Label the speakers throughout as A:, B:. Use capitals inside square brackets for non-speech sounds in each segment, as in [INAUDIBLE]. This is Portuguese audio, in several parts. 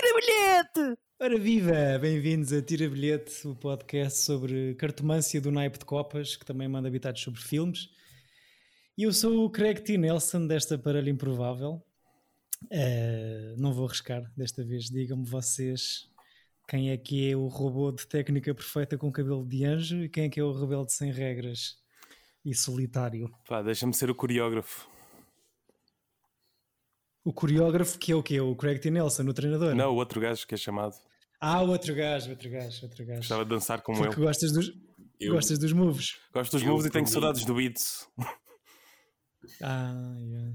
A: bilhete!
B: Ora viva! Bem-vindos a Tira Bilhete, o podcast sobre cartomância do naipe de copas, que também manda habitados sobre filmes. E eu sou o Craig T. Nelson, desta Paralha Improvável. Eh, não vou arriscar desta vez. Digam-me vocês quem é que é o robô de técnica perfeita com cabelo de anjo e quem é que é o rebelde sem regras e solitário.
C: Pá, deixa-me ser o coreógrafo.
B: O coreógrafo que é o quê? O Craig T. Nelson, o treinador?
C: Não, o outro gajo que é chamado.
B: Ah, outro gajo, outro gajo, outro gajo.
C: Gostava de dançar como
B: Porque
C: eu.
B: gostas dos,
D: Eu-
B: gostas dos moves.
C: Gosto dos
D: eu,
C: moves e
D: por
C: tenho
D: mim-
C: saudades do Beats.
B: Ah, yeah.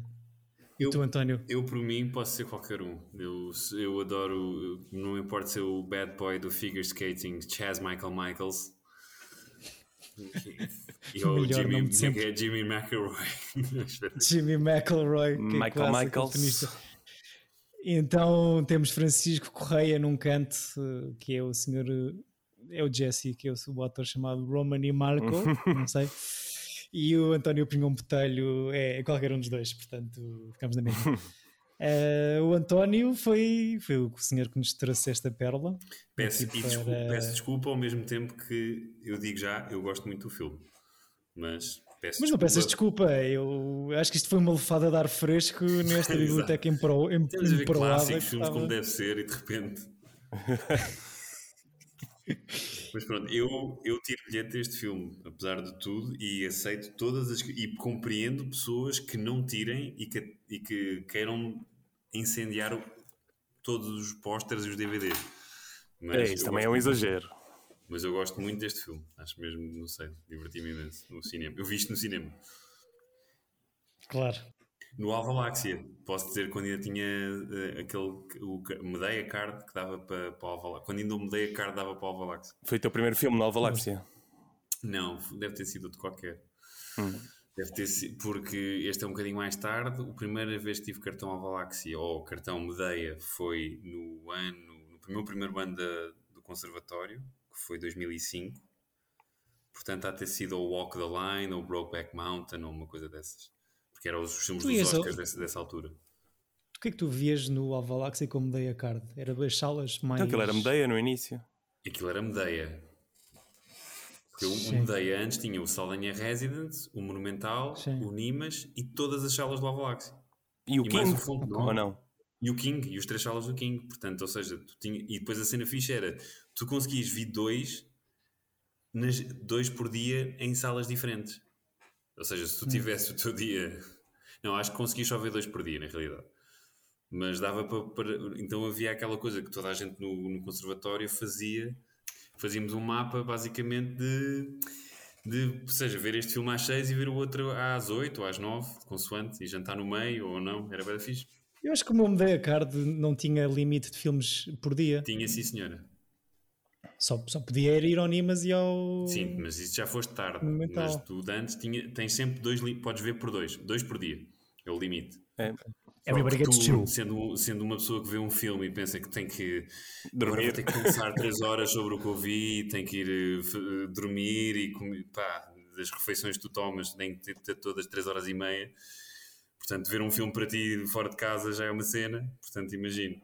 D: Eu,
B: tu, António. [LAUGHS]
D: eu, por mim, posso ser qualquer um. Eu, eu adoro, não importa ser o bad boy do figure skating, Chaz Michael Michaels. E
B: O
D: o
B: melhor
D: Jimmy,
B: nome de sempre.
D: é Jimmy McElroy. [LAUGHS]
B: Jimmy McElroy, que é
C: Michael
B: clássico
C: Michaels.
B: tenista. Então temos Francisco Correia num canto, eh, que é o senhor, eh, é o Jesse, que é o ator chamado Romani
D: [LAUGHS]
B: Marco, não sei. E o António Pinhão Botelho é qualquer um dos dois, portanto ficamos na mesma.
D: [LAUGHS]
B: Eh, o António foi, foi o senhor que nos trouxe esta pérola.
D: peço,
B: Aqui
D: e
B: para-
D: desculpa, peço desculpa ao mesmo tempo que eu digo já, eu gosto muito do filme. Mas peço
B: Mas não peças desculpa, eu acho que isto foi uma lefada de ar fresco nesta
D: [LAUGHS] Exato.
B: biblioteca impro, em,
D: Temos a ver
B: improvável
D: clássicos,
B: que
D: filmes
B: estava-
D: como deve ser, e
B: [LAUGHS]
D: de repente. Mas pronto, eu, eu tiro bilhete deste filme, apesar de tudo, e aceito todas as. e compreendo pessoas que não tirem e que, e que queiram incendiar o- todos os pósteres e os DVDs. Mas
C: É, isso
D: eu
C: também é
D: gosto
C: um
D: muito-
C: exagero.
D: Mas eu gosto muito deste filme, acho mesmo, não sei, diverti-me imenso no cinema. Eu vi isto no cinema.
B: Claro.
D: No Alvaláxia, posso dizer, quando ainda tinha eh, aquele. que- O, que- mudei a card que dava para, para o Alvaláxia. Quando ainda mudei a card dava para o Alvaláxia.
C: Foi o teu primeiro filme, Nova Láxia.
D: Não, deve ter sido de qualquer. Deve ter sido, porque este é um bocadinho mais tarde. A primeira vez que tive cartão Alvaláxia ou cartão Medeia foi no ano. no meu primeiro ano da- do conservatório, que foi 2005. Portanto, há de ter sido ou Walk the Line ou Brokeback Mountain ou uma coisa dessas. Porque eram os filmes
B: Tu
D: dos
B: ias ao-
D: Oscars dessa, dessa altura.
B: O que é que tu vias no Alvalaxi como Day a Card? Era as salas mais.
C: Então aquilo era Medeia no início.
D: Aquilo era Medeia. Porque o- o
B: Sim.
D: Medeia antes tinha o Saldanha Residence, o Monumental,
B: Sim.
D: o Nimas e todas as salas do Alvalaxi.
C: E o
D: E mais
C: King?
D: o Fonte Nova.
C: Ou não? é?
D: E o King, e os três salas do King. Portanto, ou seja, tu tinha... e depois a cena fixe era, tu conseguias vir dois, nas... dois por dia em salas diferentes. Ou seja, se tu tivesse o teu dia... Não, acho que conseguias só ver dois por dia, na realidade. Mas dava para... para- Então havia aquela coisa que toda a gente no, no conservatório fazia. Fazíamos um mapa, basicamente, de... De, ou seja, ver este filme às seis e ver o outro às oito ou às nove consoante, e jantar no meio ou não, era bem fixe.
B: Eu acho que o meu Day a Card não tinha limite de filmes por dia.
D: Tinha, sim, senhora.
B: Só, só podia ir ao Nimas e ao.
D: Sim, mas isso já foste tarde.
B: Monumental.
D: Mas tu de antes tinha, tens sempre dois, li- podes ver por dois, dois por dia. É o limite.
C: É,
B: Everybody
D: Porque
B: gets two.
D: tu, sendo, sendo uma pessoa que vê um filme e pensa que tem que agora vou
C: dormir.
D: ter que pensar três horas sobre o que ouvi, tem que ir eh, f- eh, dormir e comer, pá, das refeições que tu tomas, tem que ter- ter todas três horas e meia. Portanto, ver um filme para ti fora de casa já é uma cena. Portanto, imagino.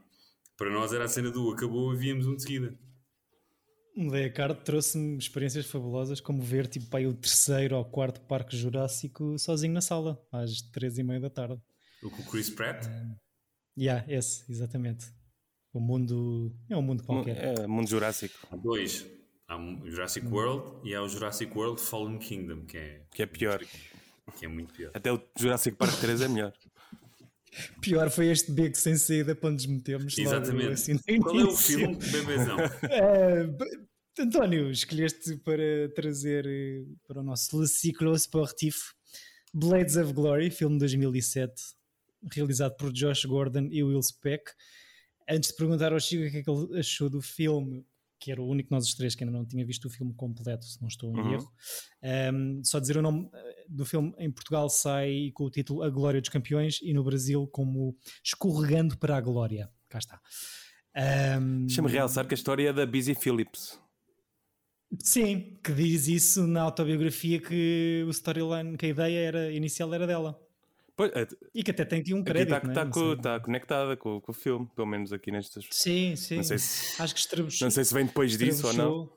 D: Para nós era a cena do acabou e víamos um de seguida.
B: Um Day a Card trouxe-me experiências fabulosas, como ver tipo aí o terceiro ou quarto Parque Jurássico sozinho na sala, às três e meia da tarde.
D: O que o Chris Pratt.
B: Yeah, esse, exatamente. O mundo. É um mundo qualquer.
C: É, mundo Jurássico.
D: Há dois. Há o Jurassic World e há o Jurassic World Fallen Kingdom, que é,
C: Hum. Que é pior.
D: que é muito pior.
C: Até o Jurassic Park 3 é melhor.
B: Pior foi este beco sem saída para onde nos metemos.
C: é
B: logo
D: Exatamente.
B: assim no
D: Qual é o
B: início.
D: filme, bebezão?
B: Eh, b- António, escolheste para trazer eh, para o nosso Le Ciclo Sportif Blades of Glory, filme de 2007, realizado por Josh Gordon e Will Speck. Antes de perguntar ao Chico o que é que ele achou do filme, que era o único de nós os três que ainda não tinha visto o filme completo, se não estou em
C: Uhum.
B: erro, ehm, só dizer o nome eh, do filme em Portugal sai com o título A Glória dos Campeões e no Brasil como Escorregando para a Glória. Cá está. Ehm,
C: Deixa-me realçar que a história é da Busy Phillips.
B: Sim, que diz isso na autobiografia que o storyline, que a ideia era, inicial era dela.
C: Pois, é, a-
B: E que até tem aqui um
C: aqui tá
B: crédito.
C: está
B: não é? Não sei.
C: conectada com, com o filme, pelo menos aqui nestas.
B: Sim, sim.
C: Não sei, se,
B: Acho que estrebuchou.
C: não sei se vem depois disso ou não.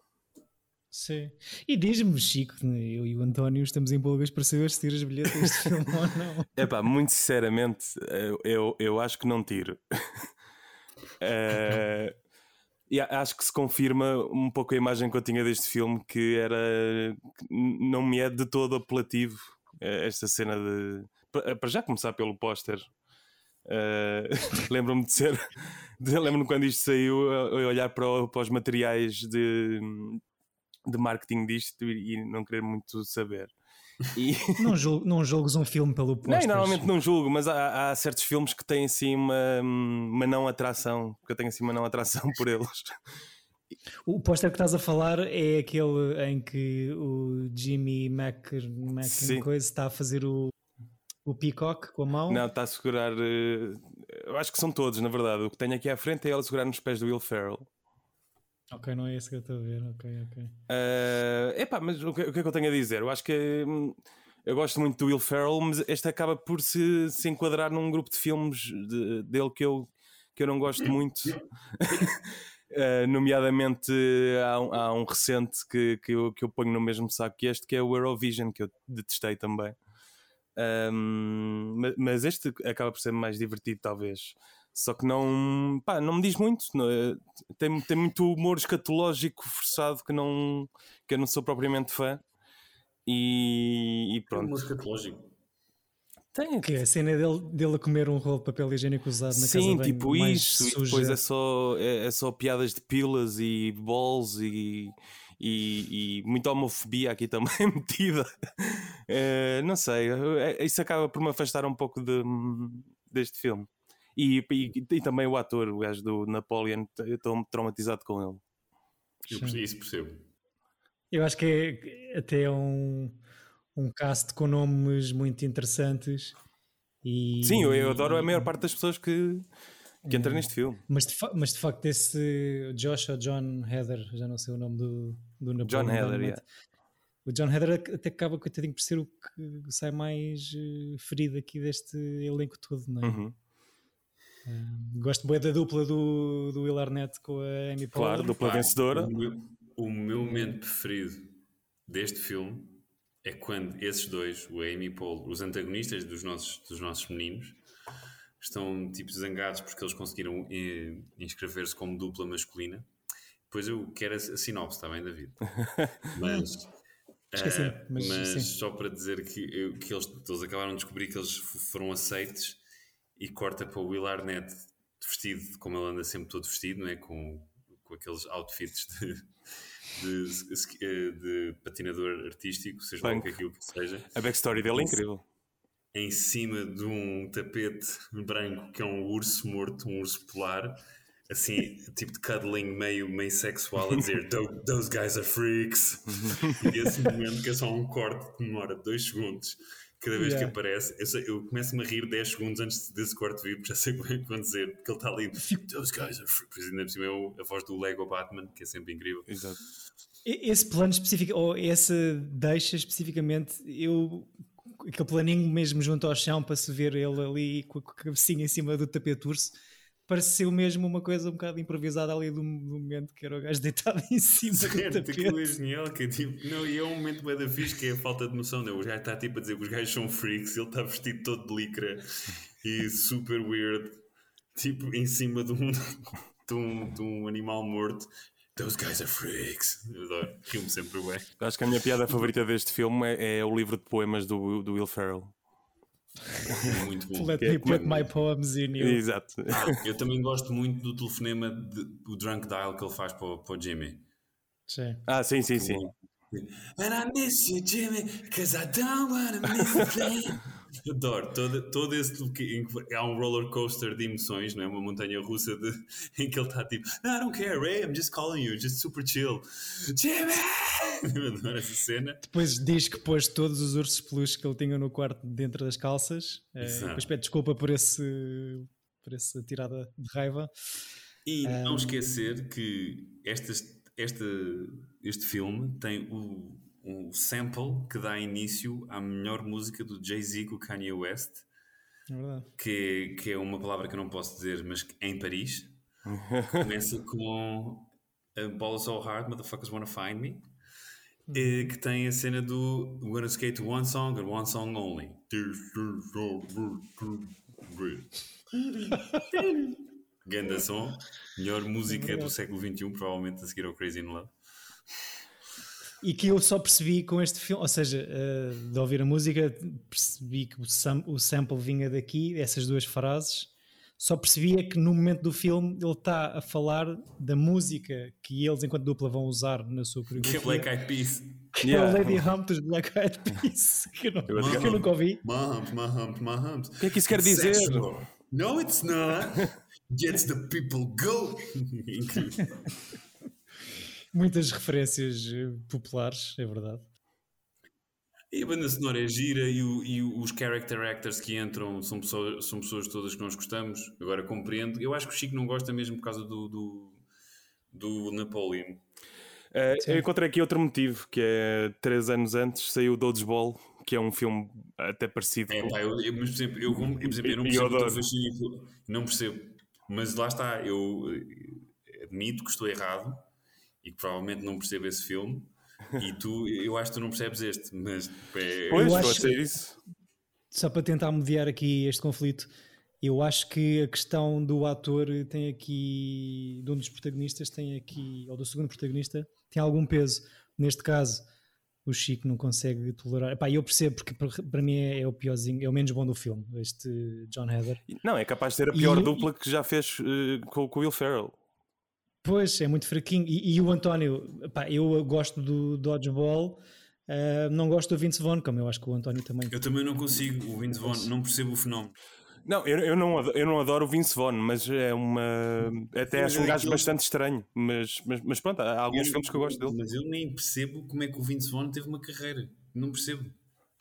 B: Estrebuchou. Sim. E diz-me, Chico, né, eu e o António estamos em pulgas para saber se tiras bilhete a
C: [LAUGHS]
B: este filme ou não.
C: Epá, muito sinceramente, eu- eu, eu acho que não tiro. [LAUGHS] Eh, e a- acho que se confirma um pouco a imagem que eu tinha deste filme, que era. que n- não me é de todo apelativo eh, esta cena de. pa- eh, Para já começar pelo póster. eh, [LAUGHS] lembro-me de ser. de- Lembro-me quando isto saiu, eu eu olhar para, o- para os materiais de, de marketing disto e e não querer muito saber. E.
B: Não, julgo, não julgues um filme pelo
C: Não,
B: póster.
C: e normalmente não julgo, mas há, há certos filmes que têm assim uma, uma não atração, que eu tenho assim uma não atração por eles.
B: O póster que estás a falar é aquele em que o Jimmy Mac, Mac
C: Sim.
B: coisa está a fazer o, o peacock com a mão.
C: Não, está a segurar. eh, Eu acho que são todos, na verdade. O que tenho aqui à frente é ele segurar nos pés do Will Ferrell.
B: Ok, não é esse que eu estou a ver. Ok, ok.
C: Eh, epá, mas o que, o que é que eu tenho a dizer? Eu acho que hum, eu gosto muito do Will Ferrell, mas este acaba por se, se enquadrar num grupo de filmes de- dele que eu, que eu não gosto muito. [LAUGHS] Eh, nomeadamente, há um, há um recente que, que, eu, que eu ponho no mesmo saco que este, que é o Eurovision, que eu detestei também. Ahm, ma- mas este acaba por ser mais divertido, talvez. Só que não, pá, não me diz muito. não é? tem, tem muito humor escatológico forçado que, não, que eu não sou propriamente fã. E, e
D: Pronto.
C: [LAUGHS] pronto. Tem,
B: Que é a cena dele, dele a comer um rolo de papel higiênico usado na casa
C: Sim,
B: de banho
C: tipo
B: mais
C: isso, e
B: suja.
C: depois é só, é, é só piadas de pilas e balls e, e, e muita homofobia aqui também [LAUGHS] metida. Eh, não sei, eh, isso acaba por me afastar um pouco de, deste filme. E, e, e também o ator, o gajo do Napoleon, t- eu estou traumatizado com ele.
D: Eu perce- Isso percebo.
B: Eu acho que é até um, um cast com nomes muito interessantes. E...
C: Sim, eu, eu adoro a maior parte das pessoas que, que entra neste filme.
B: Mas de, fa- mas de facto, esse Josh ou John Heather, já não sei o nome do, do Napoleon
C: John Heather,
B: Dynamite.
C: yeah.
B: O John Heather ac- até acaba, coitadinho, por ser o que sai mais eh, ferido aqui deste elenco todo, não é?
C: Uhum.
B: Eh, Gosto bem da dupla do, do Will Arnett com a Amy
C: Claro,
B: Poehler.
C: dupla vencedora.
D: O meu, o meu momento preferido deste filme é quando esses dois, o Amy e Paul, os antagonistas dos nossos, dos nossos meninos, estão tipo zangados porque eles conseguiram eh, inscrever-se como dupla masculina. Depois eu quero a a sinopse, está
C: [LAUGHS]
D: bem, David? Mas.
B: Esqueci,
D: eh,
B: mas sim.
D: só para dizer que, eu- que eles, eles acabaram de descobrir que eles f- foram aceites e corta para o Will Arnett vestido como ele anda sempre todo vestido, não é? Com, com aqueles outfits de, de, ski- eh, de patinador artístico, seja lá o que é
C: Punk.
D: aquilo que seja,
C: A backstory dele é incrível.
D: em cima de um tapete branco que é um urso morto, um urso polar, assim, tipo de cuddling meio, meio sexual, a dizer "Tho- Those guys are freaks. e esse momento que é só um corte que demora dois segundos. Cada vez
B: Yeah.
D: que aparece, eu, sei- eu começo-me a rir 10 segundos antes desse corte vir, porque já sei o que vai acontecer, porque ele está ali. Those guys are freaks. Ainda por cima é o- a voz do Lego Batman, que é sempre incrível.
C: Exato.
B: E- Esse plano específico, ou essa deixa especificamente, eu. Aquele planinho mesmo junto ao chão para se ver ele ali com a com a cabecinha em cima do tapete urso, pareceu mesmo uma coisa um bocado improvisada ali do, do momento que era o gajo deitado em cima do
D: [LAUGHS] Certo, aquilo é
B: tapete.
D: genial, que é tipo, não, e é um momento bué da fixe que é a falta de noção, né? o gajo está tipo a dizer que os gajos são freaks, ele está vestido todo de licra e super weird, tipo em cima de um, de um, de um animal morto. Those guys are freaks. Eu adoro, rio-me sempre bem.
C: Eu Acho que a minha piada favorita deste filme é, é o livro de poemas do, do Will Ferrell.
D: Muito bom.
B: Let me put
D: é.
B: my poems in you.
C: Exato. [LAUGHS]
D: Eu também gosto muito do telefonema, de, do drunk dial que ele faz para, o- para o Jimmy.
B: Sim.
C: Ah, sim, sim, sim.
D: And I miss you, Jimmy, because I don't want to miss a thing. [LAUGHS] Adoro todo, todo esse look em que há um roller coaster de emoções, não é? Uma montanha russa de, [LAUGHS] em que ele está tipo, "No, I don't care, Ray, I'm just calling you, just super chill. Jimmy! [LAUGHS] Eu adoro essa cena.
B: Depois diz que pôs todos os ursos peluches que ele tinha no quarto dentro das calças. Eh,
D: Exato.
B: depois pede desculpa por, esse, por essa tirada de raiva.
D: E não esquecer que estas- esta, este filme tem o, um sample que dá início à melhor música do Jay-Z com o Kanye West,
B: É verdade.
D: que, que é uma palavra que eu não posso dizer, mas que em Paris começa com a Ball So Hard, Motherfuckers Wanna Find Me, eh, que tem a cena do We're gonna skate to one song and one song only. Ganda som, melhor música do século XXI, provavelmente a seguir ao Crazy in Love.
B: E que eu só percebi com este filme, ou seja, eh, de ouvir a música, percebi que o, sam- o sample vinha daqui, essas duas frases. Só percebia que no momento do filme ele está a falar da música que eles, enquanto dupla, vão usar na sua
D: Que é
B: coreografia.
D: Black Eyed Peas.
B: Que é o Lady Hump dos Black Eyed Peas, [LAUGHS] que eu, não-
D: acho
B: que eu nunca ouvi.
D: My hump, my hump, my hump.
C: O que é que isso quer dizer?
D: Sexual. No, it's
C: [LAUGHS]
D: not. Gets the people go. Incrível.
B: Muitas referências eh, populares, é verdade.
D: [LAUGHS] E a banda sonora é gira e, o- e os character actors que entram são pessoas, são pessoas todas que nós gostamos. Agora compreendo. Eu acho que o Chico não gosta mesmo por causa do, do, do Napoleon.
C: Eh, eu encontrei aqui outro motivo, que é três anos antes saiu Dodgeball, que é um filme até parecido
D: É,
C: com
D: pá, eu, eu- mas, por exemplo, eu, como- eu, por exemplo, eu não
C: [LAUGHS] E- e
D: percebo o teu
C: adoro.
D: fascínio pelo- Não percebo. Mas lá está. Eu eh, admito que estou errado e que provavelmente não percebo esse filme. E tu, eu acho que tu não percebes este, mas é,
C: Pois,
B: Eu
C: pode
B: acho-
C: ser isso.
B: Só para tentar mediar aqui este conflito, eu acho que a questão do ator tem aqui, de um dos protagonistas tem aqui, ou do segundo protagonista, tem algum peso. Neste caso, o Chico não consegue tolerar. Epá, eu percebo, porque para para mim é, é o piorzinho, é o menos bom do filme, este John Heather.
C: Não, é capaz de ser a
B: E-
C: pior dupla que já fez eh, com, com o Will Ferrell.
B: Pois, é muito fraquinho. E, e o António, epá, eu gosto do Dodgeball, ah, não gosto do Vince Vaughn, como eu acho que o António também.
D: Eu também não consigo, o Vince Vaughn, não percebo o fenómeno.
C: Não, eu, eu não adoro, eu não adoro o Vince Vaughn, mas é uma. Até acho um gajo bastante estranho. Mas, mas, mas pronto, há alguns filmes que eu gosto dele.
D: Mas eu nem percebo como é que o Vince Vaughn teve uma carreira. Não percebo.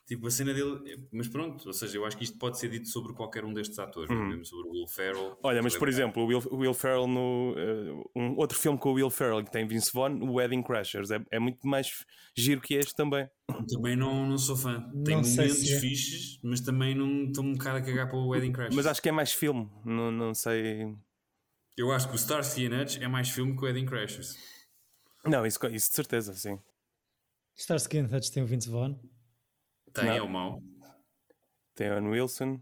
D: Tipo, a cena dele. Mas pronto, ou seja, eu acho que isto pode ser dito sobre qualquer um destes atores, não é mesmo sobre o Will Ferrell.
C: Uhum. Olha, mas
D: sobre-
C: por exemplo, o Will, o Will Ferrell no. eh, um outro filme com o Will Ferrell que tem Vince Vaughn, o Wedding Crashers. É, é muito mais giro que este também.
D: Também não, não sou fã. Tem
B: Não sei
D: momentos
B: se é.
D: fixes, mas também não estou um bocado a cagar para o Wedding Crash.
C: Mas acho que é mais filme, não, não sei.
D: Eu acho que o Starsky and Hutch é mais filme que o Wedding Crashers.
C: Não, isso, co- isso de certeza, sim.
B: Starsky and Hutch tem o Vince Vaughn.
D: Tem,
C: Não.
D: é o mau.
C: Tem Owen Wilson.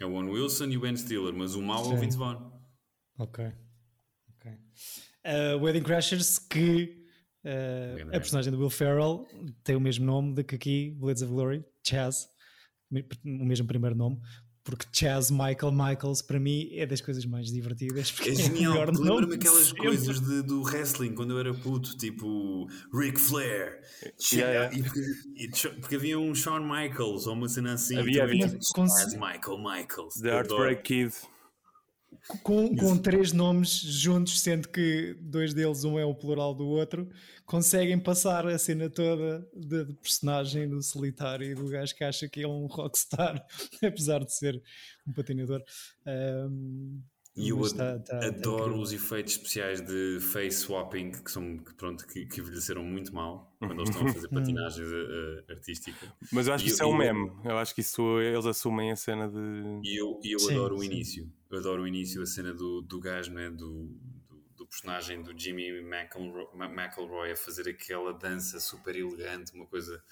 D: É o Owen Wilson e o Ben Stiller, mas o mau é o
B: Sim.
D: Vince Vaughn.
B: Ok. ok. Uh, Wedding Crashers, que uh,
D: merda.
B: a personagem do Will Ferrell tem o mesmo nome de que aqui, Blades of Glory, Chaz, me- o mesmo primeiro nome, porque Chaz Michael Michaels para mim é das coisas mais divertidas. Porque
D: É
B: o
D: genial,
B: melhor nome
D: lembra-me
B: de
D: aquelas
B: sempre.
D: coisas de- do wrestling quando eu era puto, tipo Ric Flair,
C: Yeah,
D: Chad- e- e Ch- porque havia um Shawn Michaels ou uma cena assim,
C: Havia,
D: então
C: havia.
D: era Chaz Michael Michaels,
C: The
D: Eu
C: Heartbreak Kid.
B: Com, com três nomes juntos, sendo que dois deles, um é o plural do outro, conseguem passar a cena toda de, de personagem do solitário e do gajo que acha que é um rockstar, [LAUGHS] apesar de ser um patinador. Ahm,
D: E eu
B: mas
D: ad-
B: tá- tá- tá
D: adoro
B: incrível.
D: os efeitos especiais de face swapping que são que, pronto que, que envelheceram muito mal quando eles estão a
B: Uhum.
D: fazer patinagem eh, eh, artística.
C: Mas eu acho que
D: E-
C: isso é
D: e-
C: um meme. Eu acho que isso eles assumem a cena de.
D: E eu, e eu
B: Sim,
D: adoro o
B: sim.
D: início. Eu adoro o início, a cena do, do gajo, né? do, do, do personagem do Jimmy McElroy, Ma- McElroy a fazer aquela dança super elegante, uma coisa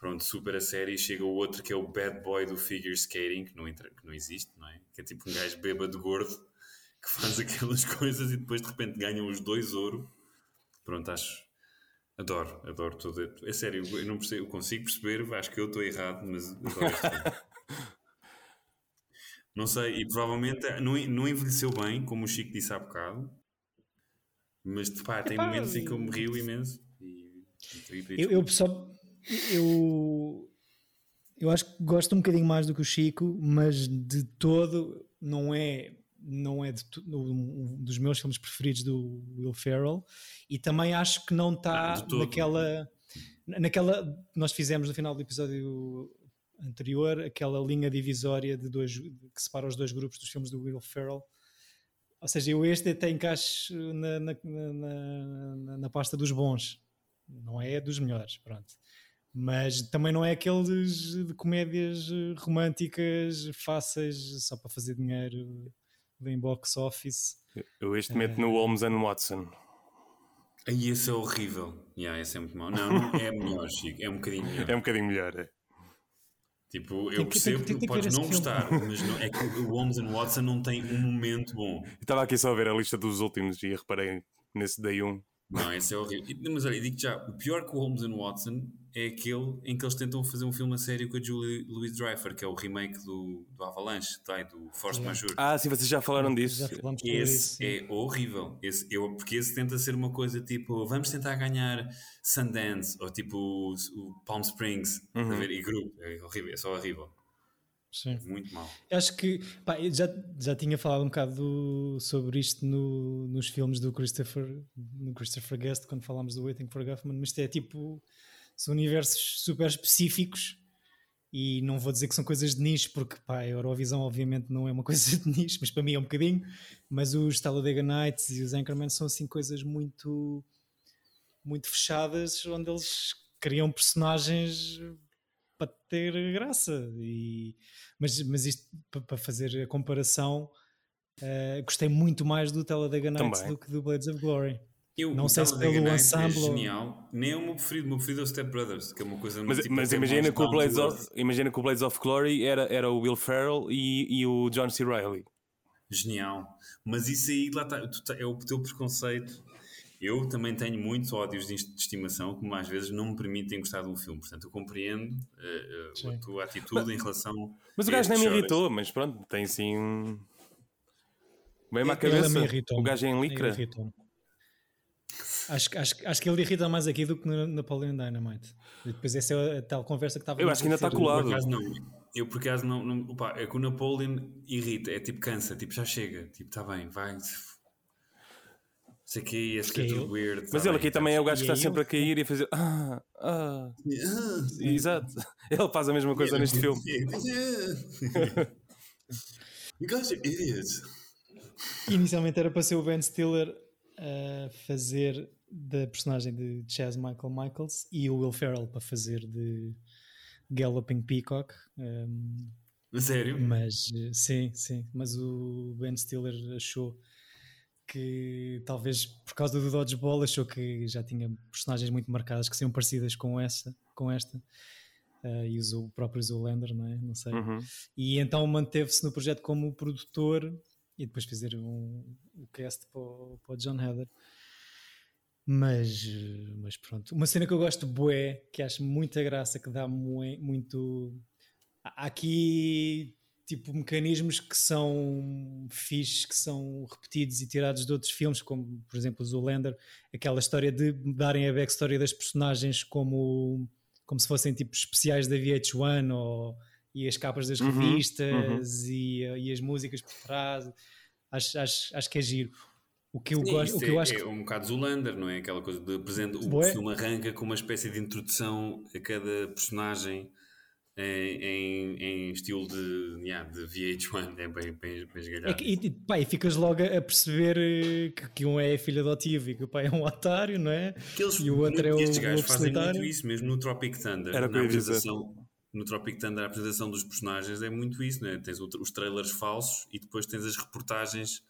D: pronto, super a sério. E chega o outro que é o bad boy do figure skating, que não, entra, que não existe, não é? Que é tipo um gajo bêbado gordo que [LAUGHS] faz aquelas coisas e depois de repente ganham os dois ouro. Pronto, acho. Adoro, adoro tudo. É sério, eu não percebo, eu consigo perceber, acho que eu estou errado, mas adoro este filme.
B: [LAUGHS]
D: Não sei, e provavelmente não, não envelheceu bem, como o Chico disse há bocado, mas pá, tem
B: Epá,
D: momentos em que eu me rio imenso. E, e- e-
B: Eu, eu só. Eu. Eu acho que gosto um bocadinho mais do que o Chico, mas de todo não é. Não é de to- um um dos meus filmes preferidos do Will Ferrell e também acho que não
D: Ah,
B: está
D: de todo.
B: naquela. Naquela. Nós fizemos no final do episódio anterior aquela linha divisória de dois, que separa os dois grupos dos filmes do Will Ferrell. Ou seja, eu este até encaixo na, na, na, na- na pasta dos bons, não é dos melhores, pronto. Mas também não é aqueles de comédias eh, românticas fáceis só para fazer dinheiro em box office.
C: Eu este meto no Holmes and Watson.
D: Aí esse é horrível. Yeah, esse é muito mau. Não, não, é melhor, Chico. É um bocadinho melhor.
C: É um bocadinho melhor, é.
D: Tipo,
B: Tem
D: eu
B: que-
D: percebo
B: tem que- tem
D: que
B: que ver
D: podes
B: esse
D: não
B: filme.
D: gostar, mas não, é que o Holmes and Watson não tem um momento bom.
C: Eu Estava aqui só a ver a lista dos últimos e reparei nesse Day 1.
D: Não, esse é horrível. E- Mas olha, digo já, o pior que o Holmes and Watson é aquele em que eles tentam fazer um filme a sério com a Julie Louis Dreyfur, que é o remake do, do Avalanche, tá, e do Force Majeure.
C: Ah, sim, vocês já falaram disso.
B: Já falamos sobre isso.
D: Esse é horrível. Esse, eu, porque esse tenta ser uma coisa tipo, vamos tentar ganhar Sundance ou tipo o, o Palm Springs estás a ver? e grupo. É horrível, é só horrível.
B: Sim.
D: Muito mal.
B: Acho que pá, eu já, já tinha falado um bocado do- sobre isto no- nos filmes do Christopher, no Christopher Guest, quando falámos do Waiting for Guffman, mas isto é tipo são universos super específicos e não vou dizer que são coisas de nicho, porque pá, a Eurovisão obviamente não é uma [LAUGHS] coisa de nicho, mas para mim é um bocadinho, mas os Talladega Nights e os Anchorman são assim coisas muito muito fechadas, onde eles criam personagens para ter graça e mas, mas isto pa- para fazer a comparação, eh, gostei muito mais do Talladega Nights
C: Também.
B: do que do Blades of Glory.
D: Eu,
B: Não
D: o
B: sei se
D: Talladega
B: pelo
D: Nights
B: ensemble
D: É
B: ou-
D: genial. Nem é o meu preferido. O meu preferido é o Step Brothers, que é uma coisa
C: Mas,
D: tipo,
C: mas
D: até
C: imagina,
D: mais
C: que o Blades
D: down-to-earth.
C: of, imagina que o Blades of Glory era, era o Will Ferrell e, e o John C. Reilly.
D: Genial. Mas isso aí, lá está, tu tá- é o teu preconceito. Eu também tenho muitos ódios de inst- de estimação que às vezes não me permitem gostar de um filme. Portanto, eu compreendo eh, eh,
B: Sim.
D: a tua atitude em relação.
C: [LAUGHS] Mas o
D: a
C: gajo nem me
D: estes
C: irritou, mas pronto, tem assim um. Bem à
B: Ele
C: cabeça.
B: me irritou.
C: O gajo é em
B: Ele
C: licra.
B: irritou-me. Acho, que- acho, que- acho que ele irrita mais aqui do que no Napoleon Dynamite. E depois essa é a tal conversa que estava
C: Eu acho que ainda tá está
D: Eu,
C: colado.
D: por acaso, não. Eu, por acaso, não. não opá, é que o Napoleon irrita, é tipo cansa, tipo já chega, tipo está bem, vai. Isso aqui, esse que é
B: Porque
D: tudo weird.
C: Mas
D: tá
C: ele
D: bem,
C: aqui também é o gajo que
B: E
C: está
B: aí
C: sempre
B: eu-
C: a cair e a fazer. Ah, ah.
D: tá-
C: Exato. Ele faz a mesma [LAUGHS] coisa neste filme. [LAUGHS]
D: [LAUGHS] you guys are idiots.
B: Inicialmente era para ser o Ben Stiller a fazer da personagem de Chaz Michael Michaels e o Will Ferrell para fazer de Galloping Peacock. Um,
D: A sério?
B: Mas eh, sim, sim. Mas o Ben Stiller achou que talvez por causa do Dodgeball achou que já tinha personagens muito marcadas que seriam parecidas com essa, com esta. Eh, e usou o próprio Zoolander, não é? Não sei.
C: Uhum.
B: E então manteve-se no projeto como produtor e depois fizeram um, o cast para o, para o John Heather. Mas, eh, mas pronto, uma cena que eu gosto bué, que acho muita graça, que dá mui- muito... Há aqui, tipo, mecanismos que são fixes, que são repetidos e tirados de outros filmes, como, por exemplo, o Zoolander, aquela história de darem a backstory das personagens como, como se fossem, tipo, especiais da VH1 ou e as capas das
C: Uhum,
B: revistas E, e as músicas por trás. Acho, acho, acho que é giro. O que eu,
D: Sim,
B: gosto, o
D: isso
B: que eu
D: é,
B: acho
D: é
B: que
D: um bocado Zoolander, não é? Aquela coisa de apresenta, o
B: Bué.
D: filme arranca com uma espécie de introdução a cada personagem em, em- em estilo de, yeah, de VH1, [LAUGHS] é bem, bem, bem esgalhado.
B: É que- e, e, pá, e ficas logo a a perceber eh, que, que um é filho adotivo e que o pai é um otário, não é?
D: Que eles-
B: e o outro é o
D: estes gajos
B: Globo
D: fazem muito
B: Solitário.
D: isso mesmo no Tropic Thunder.
C: Era o que
D: na
C: eu ia dizer.
D: apresentação, no Tropic Thunder, a apresentação dos personagens é muito isso, né? Tens o tra- os trailers falsos e depois tens as reportagens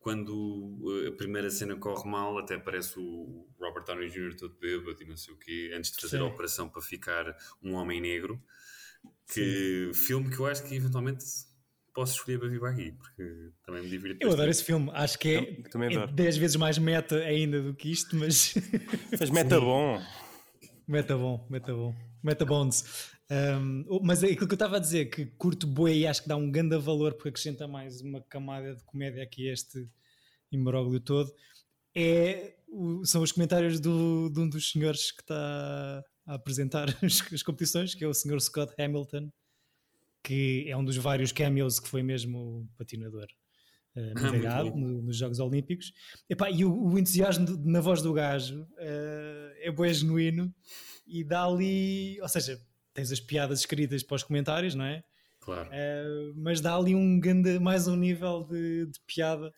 D: quando eh, a primeira cena corre mal, até aparece o Robert Downey Jr. todo bêbado e não sei o quê, antes de fazer a
B: Sim.
D: operação para ficar um homem negro. Que filme que eu acho que eventualmente posso escolher para vir para aqui, porque também me divirto.
B: Eu adoro
D: bastante.
B: esse filme, acho que
C: Tam- também
B: é, é
C: adoro.
B: 10 vezes mais meta ainda do que isto, mas [LAUGHS]
C: Mas meta bom.
B: meta bom, meta bom, meta bones. Um, o- mas é aquilo que eu estava a dizer, que curto boi e acho que dá um grande valor porque acrescenta mais uma camada de comédia aqui a este imbróglio todo, é, o- são os comentários do, de um dos senhores que está a apresentar [LAUGHS] as, as competições, que é o senhor Scott Hamilton, que é um dos vários cameos que foi mesmo patinador eh,
D: Ah, muito
B: medalhado
D: bom.
B: no- nos Jogos Olímpicos. Epá, e o, o entusiasmo do- na voz do gajo eh, é bem genuíno e dá ali, ou seja, tens as piadas escritas para os comentários, não é?
D: Claro.
B: Eh, mas dá ali um grande, mais um nível de, de piada.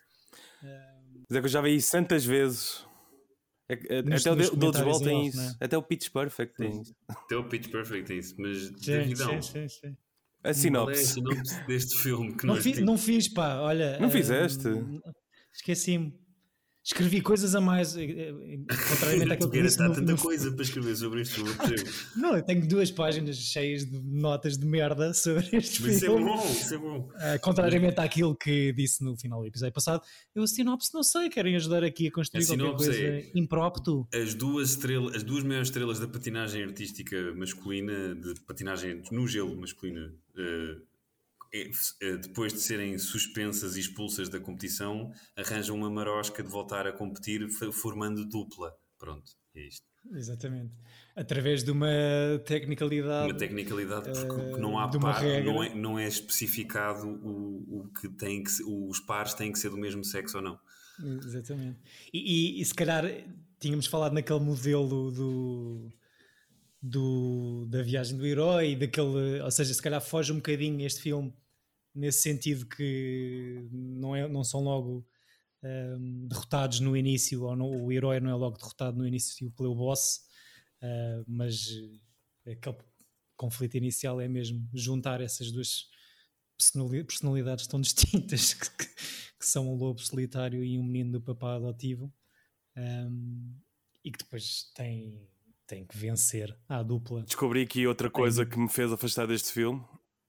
C: Mas é que eu já vi isso tantas vezes. É que, é-
B: Nos-
C: até o
B: nos
C: Dil- Dodgeball
B: comentários em
C: tem
B: off,
C: isso.
B: né?
C: Até o Pitch Perfect tem isso.
D: Até o Pitch Perfect tem isso, mas
B: Sim,
D: Davidão,
B: sim, sim, sim.
C: A
D: qual é a
C: sinopse.
D: sinopse deste filme que
B: Não,
D: nós
B: fi-
D: temos?
B: não fiz, pá, olha.
C: Não
B: hum,
C: fizeste?
B: Esqueci-me. Escrevi coisas a mais, eh, eh,
D: [LAUGHS]
B: contrariamente àquilo que
D: Porque
B: disse
D: está
B: no,
D: tanta
B: no
D: coisa para escrever sobre este filme.
B: [LAUGHS]
D: percebo.
B: Não, eu tenho duas páginas cheias de notas de merda sobre este
D: Mas isso é
B: filme.
D: bom, isso é bom.
B: Ah, contrariamente àquilo que disse no final do episódio passado, eu a sinopse não sei, querem ajudar aqui a construir
D: A
B: qualquer
D: sinopse
B: coisa
D: é-
B: imprópto.
D: As duas, estrelas, as duas maiores estrelas da patinagem artística masculina, de patinagem no gelo masculina, eh, eh, eh, depois de serem suspensas e expulsas da competição, arranjam uma marosca de voltar a competir, fa- formando dupla. Pronto, é isto.
B: Exatamente. Através de uma tecnicalidade.
D: Uma tecnicalidade porque
B: Hum, eh,
D: o que não há
B: de uma
D: par,
B: regra.
D: não é, não é especificado o, o que tem que ser- os pares têm que ser do mesmo sexo ou não.
B: Exatamente. E, e- e se calhar eh, tínhamos falado naquele modelo do, do- da viagem do herói, daquele, ou seja, se calhar foge um bocadinho este filme nesse sentido que não, é, não são logo ahm, derrotados no início, ou não- o herói não é logo derrotado no início pelo boss, ah, mas eh, aquele conflito inicial é mesmo juntar essas duas personali- personalidades tão [LAUGHS] distintas que, que- que são um lobo solitário e um menino do papá adotivo ahm, e que depois tem, tem que vencer à dupla. [LAUGHS]
C: Descobri aqui outra coisa que me fez afastar deste filme.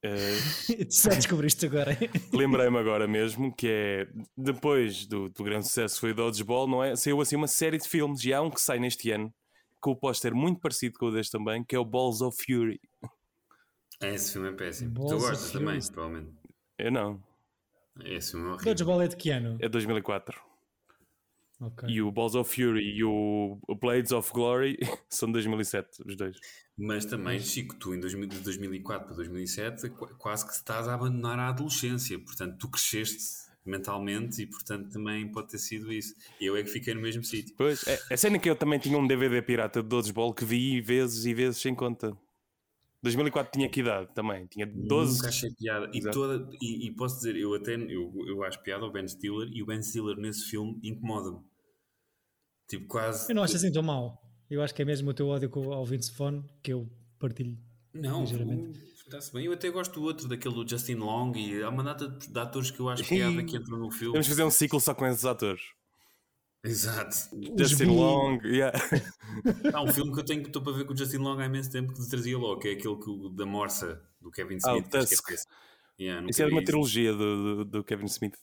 C: Eh,
B: Só descobriste agora.
C: Lembrei-me agora mesmo que é depois do, do grande sucesso que foi Dodgeball, não é? Saiu assim uma série de filmes e há um que sai neste ano com o póster muito parecido com o deste também, que é o Balls of Fury.
D: Ah, Esse filme é péssimo.
B: Balls
D: tu
B: of
D: gostas também,
B: Fury.
D: provavelmente.
C: Eu É, não,
D: Esse filme é horrível.
B: Dodgeball é de que ano?
C: é 2004.
B: Ok.
C: E o Balls of Fury e o Blades of Glory [LAUGHS] são de 2007, os dois.
D: Mas também, Chico, tu em 2000 de 2004 para 2007 qu- quase que estás a abandonar a adolescência. Portanto, tu cresceste mentalmente e, portanto, também pode ter sido isso. Eu é que fiquei no mesmo sítio.
C: Pois, é, a cena é que eu também tinha um DVD pirata de Dodgeball que vi vezes e vezes sem conta. 2004 tinha que idade também, tinha 12.
D: Nunca achei piada. E,
C: Exato.
D: toda, e, e posso dizer, eu até eu, eu acho piada ao Ben Stiller e o Ben Stiller nesse filme incomoda-me. Tipo, quase.
B: Eu não acho assim tão mal. Eu acho que é mesmo o teu ódio com- ao Vince Vaughn que eu partilho.
D: Não,
B: ligeiramente.
D: o- está-se bem. Eu até gosto do outro, daquele do Justin Long e há uma data de, de atores que eu acho piada que entram no filme.
C: Vamos fazer um ciclo só com esses atores.
D: Exato.
B: Os
C: Justin
B: bi-
C: Long, yeah.
D: Há um filme que eu tenho que estou para ver com o Justin Long há imenso tempo que te trazia logo, que é aquele que, o- da Morsa, do Kevin
C: Ah, o
D: Smith. que acho que é
C: Tusk.
D: esse. Yeah,
C: [LAUGHS]
D: nunca
C: Isso é
D: vi
C: de uma
D: isso.
C: trilogia do, do- do Kevin Smith.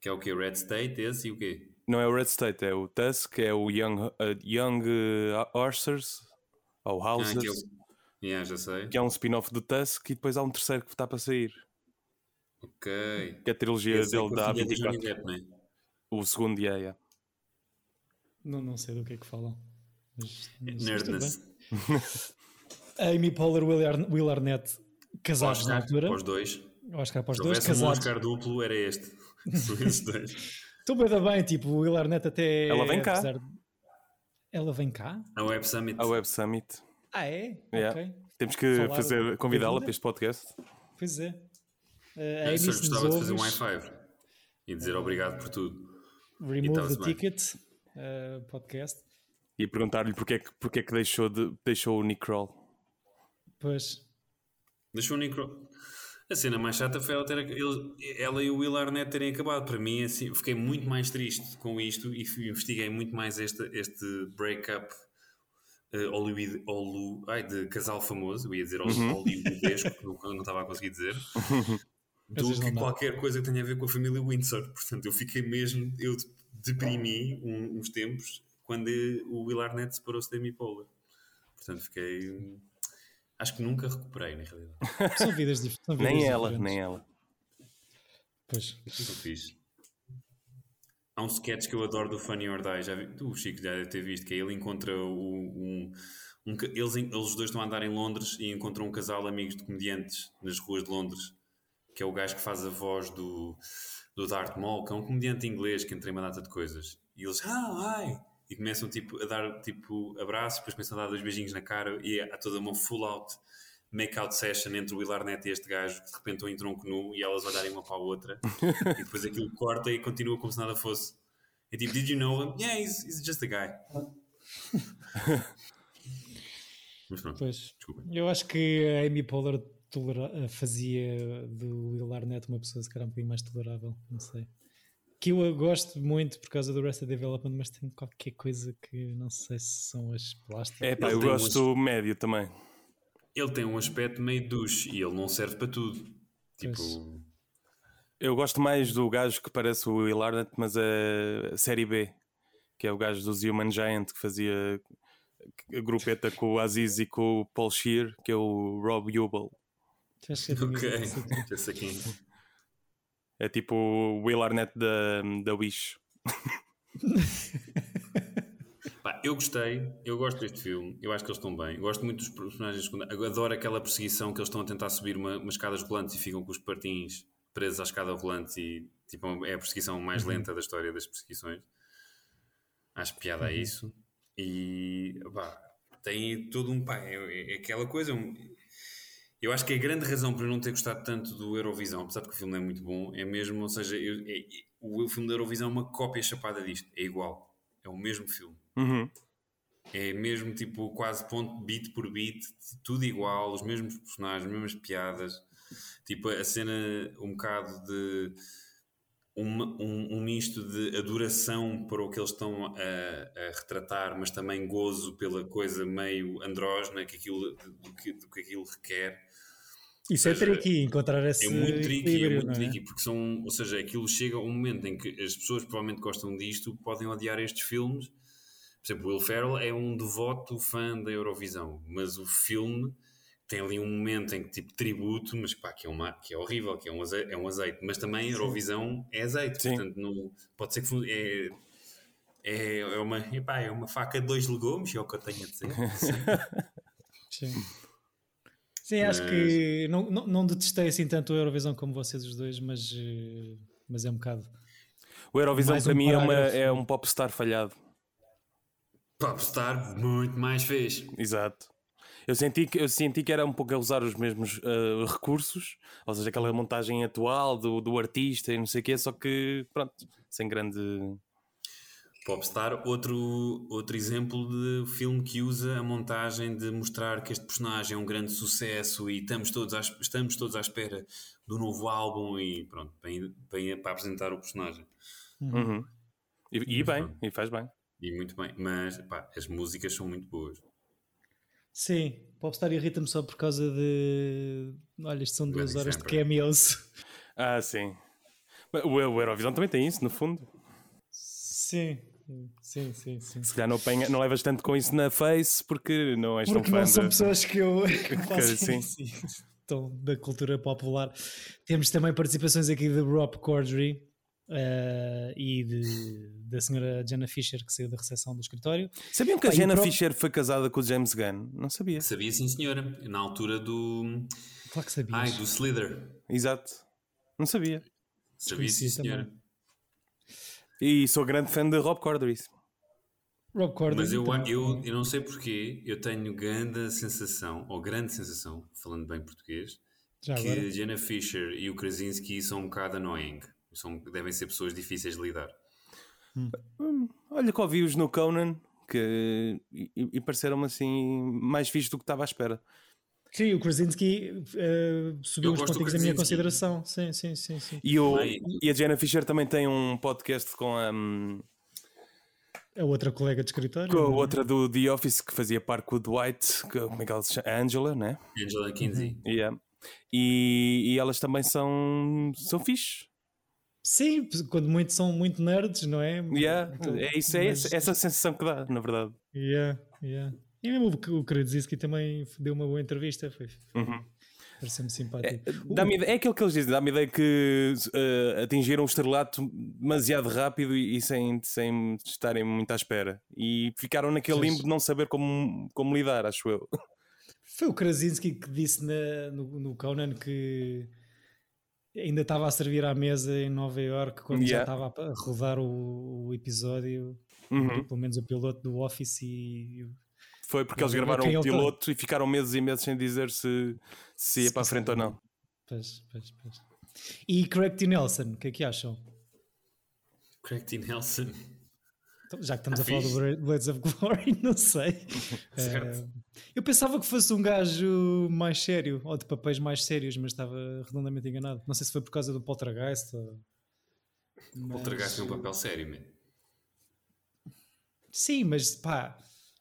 D: Que é o que? Red State, esse e o quê?
C: Não é o Red State, é o Tusk, é o Young, eh, young eh, Horsers, ou
D: Ah, que é
C: Houses,
D: o... Yeah, já sei.
C: que é um spin-off do Tusk, e depois há um terceiro que está para sair,
D: Ok.
C: que é a trilogia
D: Esse é
C: dele
D: com a
C: da
D: filha do Johnny
C: A24.
D: Depp, não é?
C: O segundo, yeah, yeah.
B: Não, não sei do que é que falam. Mas- mas tudo bem.
D: Nerdness.
B: Amy Poehler, Will, Arn- Will Arnett, casados na
D: Oscar,
B: altura.
D: para os dois. né? Se
B: Oscar para os dois,
D: houvesse um
B: casados.
D: Oscar duplo, era
B: [LAUGHS]
D: este. São esses dois.
B: Estou bem, da bem, tipo, o Will Arnett até...
C: Ela vem cá.
B: apesar de- Ela vem cá?
D: A Web Summit.
C: A Web Summit.
B: Ah, é?
C: Yeah.
B: Ok.
C: Temos que
B: Falar
C: fazer
B: do-
C: convidá-la
B: do-
C: para este podcast.
B: Pois é. Uh, a
D: Eu
B: Amy,
D: só
B: se nos
D: gostava de fazer um
B: ouves,
D: high five e dizer obrigado por tudo.
B: Remove
D: Estava-se
B: the
D: bem.
B: ticket, uh, podcast.
C: E perguntar-lhe porque é que, porque é que deixou, de, deixou o Nick Kroll.
B: Pois,
D: Deixou o Nicro. um A cena mais chata foi ela, ter, ele- ela e o Will Arnett terem acabado. Para mim, assim, fiquei muito mais triste com isto e fui- investiguei muito mais este, este breakup eh, Hollywood, Holu- ai, de casal famoso. Eu ia dizer
B: Uhum.
D: hollywoodesco, que não, não estava a
B: [LAUGHS]
D: conseguir dizer.
B: Às
D: Do
B: vezes
D: que
B: não dá.
D: qualquer coisa que tenha a ver com a família Windsor. Portanto, eu fiquei mesmo. Eu deprimi um- uns tempos quando eh, o Will Arnett separou-se da Amy Poehler. Portanto, fiquei. Acho que nunca recuperei, na realidade.
B: são vidas, dif- são vidas
D: é,
C: Nem ela,
B: diferentes.
C: nem ela.
B: Pois.
D: Nunca fiz. é Há um sketch que eu adoro do Funny or Die, já vi, tu, o Chico já deve ter visto, que é ele encontra o- um. um ca- eles, en- eles dois estão a andar em Londres e encontram um casal de amigos de comediantes nas ruas de Londres, que é o gajo que faz a voz do, do Darth Maul, que é um comediante inglês que entra em uma data de coisas. E eles, ah, hi! E começam tipo, a dar tipo, abraços, depois começam a dar dois beijinhos na cara e há toda uma full out make-out session entre o Will Arnett e este gajo, que de repente estão em
B: [LAUGHS]
D: tronco nu e elas olharem uma para a outra e depois aquilo corta e continua como se nada fosse. É tipo, did you know him? Yeah, he's, he's just a guy.
B: [LAUGHS]
D: Mas pronto,
B: Pois.
D: desculpa.
B: Eu acho que a Amy Pollard tolera- eh, fazia do Will Arnett uma pessoa se calhar um bocadinho mais tolerável, não sei. Que eu a gosto muito por causa do Arrested Development, mas tem qualquer coisa que não sei se são as plásticas.
C: É pá,
D: Ele
C: eu
D: tem um
C: gosto médio também.
D: Ele tem um aspecto meio douche e ele não serve para tudo. Tipo,
B: Pois.
C: Eu gosto mais do gajo que parece o Will Arnett, mas a série B, que é o gajo dos Human Giant que fazia a grupeta com o Aziz e com o Paul Shear, que é o Rob Hubel.
B: Tu achas que é eu
D: [LAUGHS] ok,
B: tinha visto isso?
D: já sei quem.
C: É tipo o Will Arnett da, da Wish.
D: Pá, eu gostei, eu gosto deste filme, eu acho que eles estão bem, gosto muito dos personagens secundários, Eu adoro aquela perseguição que eles estão a tentar subir uma, umas escadas rolantes e ficam com os patins presos à escada rolante e tipo, é a perseguição mais lenta da história das perseguições. Acho piada a isso. E pá, tem todo um pá, é, é aquela coisa. um- eu acho que a grande razão por eu não ter gostado tanto do Eurovisão, apesar de que o filme é muito bom, é mesmo, ou seja, eu- é- é- o filme da Eurovisão é uma cópia chapada disto, é igual, é o mesmo filme.
C: Uhum.
D: É mesmo tipo quase ponto bit por bit, tudo igual, os mesmos personagens, as mesmas piadas. Tipo a cena um bocado de uma- um, um misto de adoração para o que eles estão a, a retratar, mas também gozo pela coisa meio andrógena que aquilo, do, que, do que aquilo requer.
B: Isso é
D: Ou seja,
B: tricky, encontrar esse
D: É muito tricky, é
B: equilíbrio,
D: muito
B: não é?
D: tricky, porque são, ou seja, aquilo chega a um momento em que as pessoas que provavelmente gostam disto, podem odiar estes filmes. Por exemplo, Will Ferrell é um devoto fã da Eurovisão, mas o filme tem ali um momento em que tipo tributo, mas pá, que é, uma, que é horrível, que é um azeite, é um azeite. mas também a Eurovisão é azeite,
C: Sim.
D: portanto não, pode ser que fun- é, é, é, uma, epá, é uma faca de dois legumes, é o que eu tenho a dizer.
B: [LAUGHS] Sim.
D: Hum.
B: Sim, acho que não, não, não detestei assim tanto a Eurovisão como vocês os dois, mas, eh, mas é um bocado.
C: O Eurovisão
B: Mais
C: para
B: um
C: mim é, uma,
B: parágrafo.
C: é um popstar falhado.
D: Popstar muito mais fez.
C: Exato. Eu senti, que, eu senti que era um pouco a usar os mesmos eh, recursos, ou seja, aquela montagem atual do, do artista e não sei o quê, só que, pronto, sem grande.
D: Popstar, outro, outro exemplo de filme que usa a montagem de mostrar que este personagem é um grande sucesso e estamos todos à, es- estamos todos à espera do novo álbum e pronto, para, ir- para, ir- para apresentar o personagem.
C: Uhum. E, e bem, e faz bem.
D: E muito bem, mas pá, as músicas são muito boas.
B: Sim, Popstar irrita-me só por causa de. Olha, isto são
D: Grande
B: duas horas de
D: exemplo.
B: cameos.
C: Ah, sim. Mas O, o Eurovisão também tem isso, no fundo.
B: Sim, sim, sim, sim.
C: Se calhar não, apanha, não levas tanto com isso na face porque não és
B: Porque
C: tão
B: não
C: fã.
B: são
C: de- [LAUGHS]
B: pessoas que
D: [LAUGHS]
B: eu que faço
C: sim.
B: isso e estão da cultura popular. Temos também participações aqui de Rob Corddry eh, e de- da senhora Jenna Fisher que saiu da recepção do escritório.
C: Sabiam que a
B: Pá, e o
C: Jenna
B: próprio-
C: Fisher foi casada com o James Gunn? Não sabia.
D: Sabia sim, senhora, na altura do.
B: Claro que sabias.
D: Ai, do Slither.
C: Exato. Não sabia.
D: Sabia sim,
B: Desconheci
D: senhora.
B: também.
C: E sou grande fã de Rob Corddry.
B: Rob Corddry.
D: Mas eu,
B: também.
D: eu, eu não sei porquê, eu tenho grande sensação, ou grande sensação, falando bem português,
B: Já
D: que
B: agora.
D: Jenna Fisher e o Krasinski são um bocado annoying. São, devem ser pessoas difíceis de lidar.
C: Olha que ouvi-os no Conan que, e, e pareceram-me assim mais fixe do que estava à espera.
B: Sim, o Krasinski eh,
D: Eu
B: subiu os
D: gosto do
B: pontinhos da minha
D: Krasinski.
B: consideração. Sim, sim, sim. sim.
C: E, o,
D: Bem.
C: e a Jenna Fisher também tem um podcast com a, hum,
B: A outra colega de escritório.
C: com a
B: não é?
C: outra do The Office que fazia par com o Dwight, que, como é que ela se chama? A Angela, né?
D: Angela
B: Uhum.
D: Kinsey.
C: Yeah. E, e elas também são, são fixe.
B: Sim, quando muito são muito nerds, não é?
C: Yeah.
B: Então,
C: é isso, é
B: mas-
C: essa, essa sensação que dá, na verdade.
B: Yeah, yeah. E mesmo o- o Krasinski também deu uma boa entrevista, foi. Pareceu-me simpático. O-
C: Dá-me ide- Uhum. é aquilo que eles dizem, dá-me ideia que eh, atingiram o estrelato demasiado rápido e, e sem, sem estarem muito à espera. E ficaram naquele
B: Pois.
C: limbo de não saber como, como lidar, acho eu.
B: Foi o Krasinski que disse na- no, no Conan que ainda estava a servir à mesa em Nova Iorque quando já
C: Yeah.
B: estava a pa- a rodar o, o episódio, tipo,
C: Uhum.
B: pelo menos o piloto do Office e
C: Foi porque
B: Não
C: eles
B: lembro
C: gravaram
B: quem
C: o
B: ele tá.
C: piloto e ficaram meses e meses sem dizer se, se ia
B: Se
C: para a frente ou não.
B: pois, pois, pois. E Craig T. Nelson, o que é que acham?
D: Craig T. Nelson.
B: Então, Já que estamos a
D: Ah,
B: falar do
D: fixe.
B: Bra- Blades of Glory, [LAUGHS] não sei.
D: [LAUGHS] Certo.
B: Eh, eu pensava que fosse um gajo mais sério, ou de papéis mais sérios, mas estava redondamente enganado. Não sei se foi por causa do Poltergeist. Ou...
D: Poltergeist é um
B: Mas-
D: papel sério, man.
B: Sim, mas pá,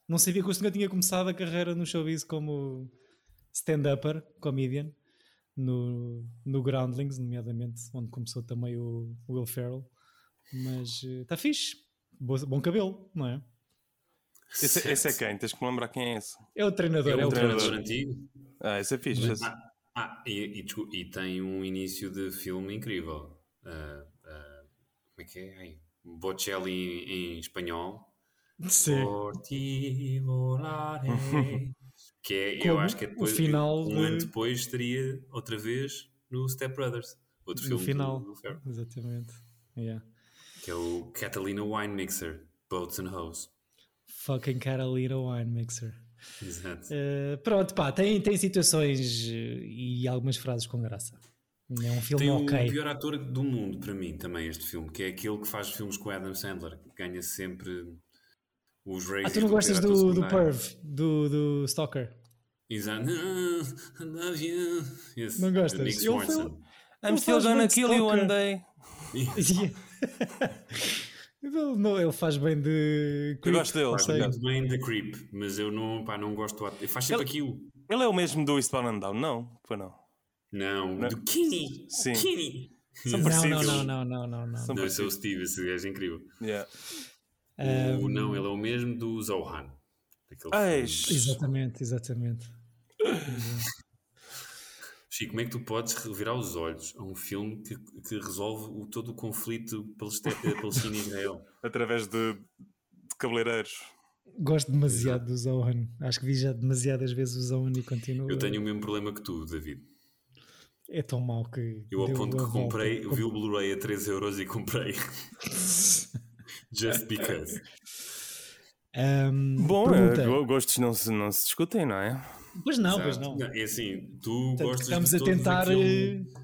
B: não sabia que o senhor tinha começado a carreira no showbiz como stand-upper, comedian, no, no Groundlings, nomeadamente, onde começou também o Will Ferrell. Mas está fixe, Boa- bom cabelo, não é?
C: Esse, esse é
D: Certo.
C: quem? Tens que me lembrar quem é esse.
B: É o treinador,
D: É
B: é
D: um
B: o
D: treinador
B: treinador.
D: antigo.
C: Ah, esse é fixe. esse.
D: Ah, ah, e, e descu- e tem um início de filme incrível. Ah, ah, como é que é? Ai, Bocelli em, em espanhol.
B: Sim.
D: Por
B: [LAUGHS]
D: ti volarei. que é, eu
B: Como?
D: acho que é depois,
B: O final
D: um
B: de-
D: ano depois estaria outra vez no Step Brothers, outro
B: No
D: filme
B: final.
D: do, do Ferro,
B: Exatamente. Yeah.
D: que é o Catalina Wine Mixer, Boats and Hoes.
B: Fucking Carolina Wine Mixer.
D: Exato.
B: Eh, pronto, pá, tem, tem situações eh, e algumas frases com graça. É um filme
D: Tem o
B: ok.
D: pior ator do mundo para mim também este filme, que é aquele que faz filmes com Adam Sandler, que ganha sempre os Razzies
B: Ah, tu não
D: do
B: gostas
D: pior ator
B: do, do
D: secundário.
B: Perv, do, do Stalker? [LAUGHS]
D: Exato. [LAUGHS] I love you. Esse,
B: Não gostas?
D: de Nick
B: Ele foi- um-
D: Swanson.
B: Ele
C: I'm still
B: faz
C: gonna
B: muito
C: kill you one
B: stalker.
C: day.
B: ele, não, ele faz bem de.
C: Eu gosto dele.
B: não
D: Faz
B: sei.
C: Sim.
D: muito bem The Creep, mas eu não, pá, não gosto do ator. Ele Faz sempre
C: Ele-
D: aquilo.
C: Ele é o mesmo do Eastbound and Down, não? Foi não.
D: Não,
C: Não.
D: do Kenny.
C: Sim.
D: Kenny.
C: São
B: Não,
C: parecidos.
B: não, não, não, não, não. não.
C: São-
D: Não, esse é o Steve, esse gajo é incrível.
C: Yeah.
D: O, não, ele é o mesmo do Zohan. Daquele
C: Ah,
D: filme.
C: é sh-
B: Exatamente, exatamente.
D: Chico, como é que tu podes revirar os olhos a um filme que, que resolve o- todo o conflito paleste- Palestina e Israel?
C: através de, de cabeleireiros.
B: Gosto demasiado do Zohan. Acho que vi já demasiadas vezes o Zohan e continuo.
D: Eu tenho um o mesmo problema que tu, David.
B: É tão mau que.
D: Eu, ao
B: deu
D: ponto
B: a
D: que
B: volta.
D: comprei, vi o Blu-ray a 3€ euros e comprei. [LAUGHS] Just because.
B: Ahm,
C: Bom,
B: Hum, pergunta.
C: eh, go- gostos não se, não se discutem, não é?
B: Pois não, pois
D: Exato.
B: não.
D: É assim, tu
B: Portanto,
D: gostas
B: estamos
D: de
B: a
D: todos
B: tentar.
D: aquele-
B: eh,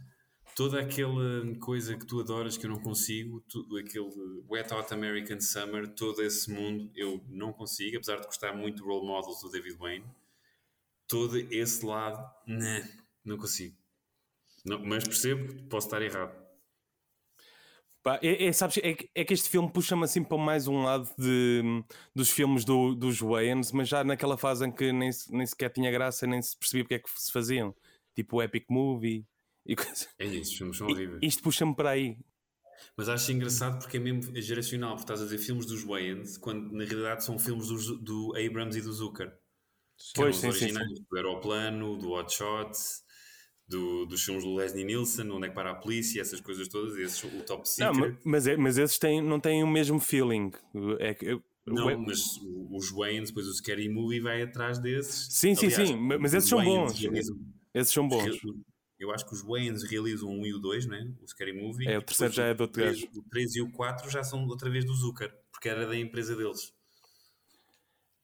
D: toda aquela coisa que tu adoras que eu não consigo, tu- aquele Wet Hot American Summer, todo esse mundo eu não consigo, apesar de gostar muito do Role Models do David Wayne, todo esse lado, né, não consigo. Não, mas percebo que posso estar errado.
C: Pá, é, é, sabes, é, que- é que este filme puxa-me assim para mais um lado de, dos filmes do, dos Wayans, mas já naquela fase em que nem, se- nem sequer tinha graça, nem se percebia porque é que se faziam. Tipo o Epic Movie e coisa.
D: É isso, os filmes são
C: E-
D: horríveis.
C: Isto puxa-me para aí.
D: Mas acho engraçado porque é mesmo geracional, porque estás a dizer filmes dos Wayans, quando na realidade são filmes dos- do Abrams e do Zucker. Que
C: Pois,
D: eram
C: sim,
D: os
C: sim, sim.
D: originais do Aeroplano, do Hot Shots, do, dos filmes do Leslie Nielsen, Onde é que para a Polícia, essas coisas todas, esses, o Top
C: Não,
D: Secret.
C: ma- mas, é- mas esses têm, não têm o mesmo feeling. É que- eu-
D: Não,
C: o Ep-
D: mas o- os Wayans, depois o Scary Movie vai atrás desses.
C: Sim, sim, sim, ma- mas
D: os
C: esses são
D: Wayans
C: bons.
D: realizam-
C: esses são bons.
D: Eu acho que os Wayans realizam um e o dois, né? o Scary Movie.
C: É, o
D: e
C: terceiro
D: depois
C: já é do
D: o
C: outro
D: três-
C: gajo.
D: O 3 e o 4 já são outra vez do Zucker, porque era da empresa deles.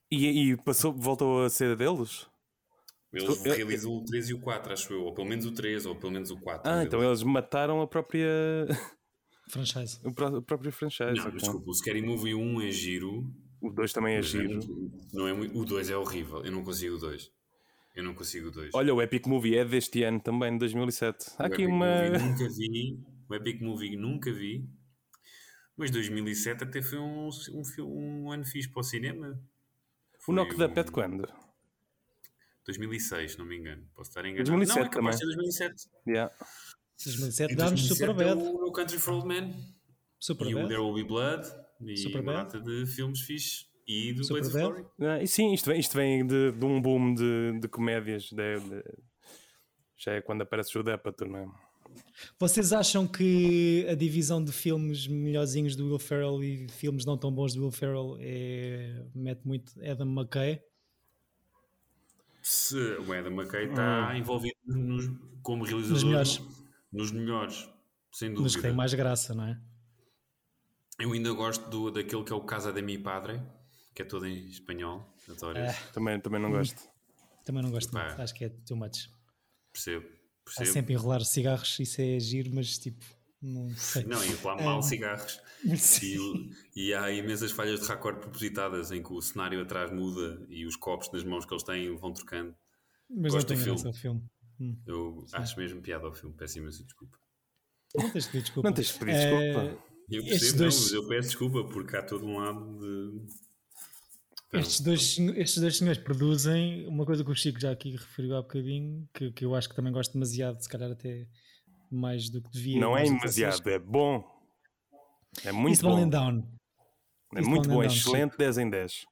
C: E, e passou, voltou a ser deles?
D: Eles
C: Estou- é- eu-
D: realizam o 3 e o 4, acho eu, ou pelo menos o 3, ou pelo menos o 4.
C: Ah, então eles mataram a própria, [LAUGHS]
D: eh,
B: Franchise.
C: o pró- a própria franchise.
D: Não,
C: ok.
D: desculpa, o Scary Movie 1 é giro,
C: O 2 também é
D: Mas
C: giro.
D: Não é muito, o 2 é horrível. Eu não consigo o 2. Eu não consigo o 2.
C: Olha, o Epic Movie é deste ano também, de 2007. Há
D: o
C: aqui
D: Epic
C: uma.
D: Movie nunca vi. O Epic Movie nunca vi. Mas 2007 até foi um, um, fi- um ano fixe para o cinema.
C: [LAUGHS] O
D: Foi um
C: Knock da Pet quando?
D: 2006, se não me engano. Posso estar enganado.
C: 2007
D: não, é capaz de ser 2007.
C: Yeah.
B: 2007
D: Em
B: dá-nos
D: 2007
B: super
D: é
B: bad.
D: o No Country for Old Men. e o There
B: Superbad.
D: Will Be Blood. E
B: Superbad.
D: uma data de filmes fixes. E do Blades of
B: Superbad.
D: Glory.
C: Ah, e sim, isto vem, isto vem de, de um boom de, de comédias. de- de- Já é quando aparece o Depato, não é?
B: Vocês acham que a divisão de filmes melhorzinhos do Will Ferrell e filmes não tão bons do Will Ferrell é... mete muito Adam McKay?
D: Se o Adam McKay está envolvido nos, como realizador
B: Ah. Nos melhores.
D: nos melhores,
B: Mas
D: sem
B: que tem
D: dúvida.
B: mais graça, não é?
D: Eu ainda gosto do, daquele que é o Casa de Mi Padre, que é todo em espanhol, adoro
B: Ah.
D: esse,
C: Também, também não gosto.
B: Também não gosto
D: Pá.
B: muito. Acho que é too much.
D: percebo.
B: Há
D: percebo.
B: sempre a enrolar cigarros, isso é giro, mas tipo, Não sei.
D: Não, e
B: Ah.
D: lá os cigarros. E, e há imensas falhas de raccord propositadas em que o cenário atrás muda e os copos nas mãos que eles têm vão trocando.
B: [LAUGHS] Mas
D: gosto
B: não tem
D: do filme.
B: graça ao filme. Hum.
D: Eu acho mesmo piada ao filme, peço imensa desculpa.
B: Não tens de pedir desculpa.
C: Não tens de pedir
B: Eh,
C: desculpa.
D: Eu
B: Estes
D: percebo,
B: dois-
D: não, mas eu peço desculpa porque há todo um lado de.
C: Então,
B: Estes dois, senho- estes dois senhores produzem uma coisa que o Chico já aqui referiu há bocadinho, que, que eu acho que também gosto demasiado, se calhar até mais do que devia.
C: Não é
B: mas
C: demasiado, é bom. É
B: vocês-
C: muito
B: Eastbound
C: bom.
B: and Down.
C: É
B: Isso Bound
C: muito
B: and
C: bom, é
B: Down,
C: excelente 10 em 10.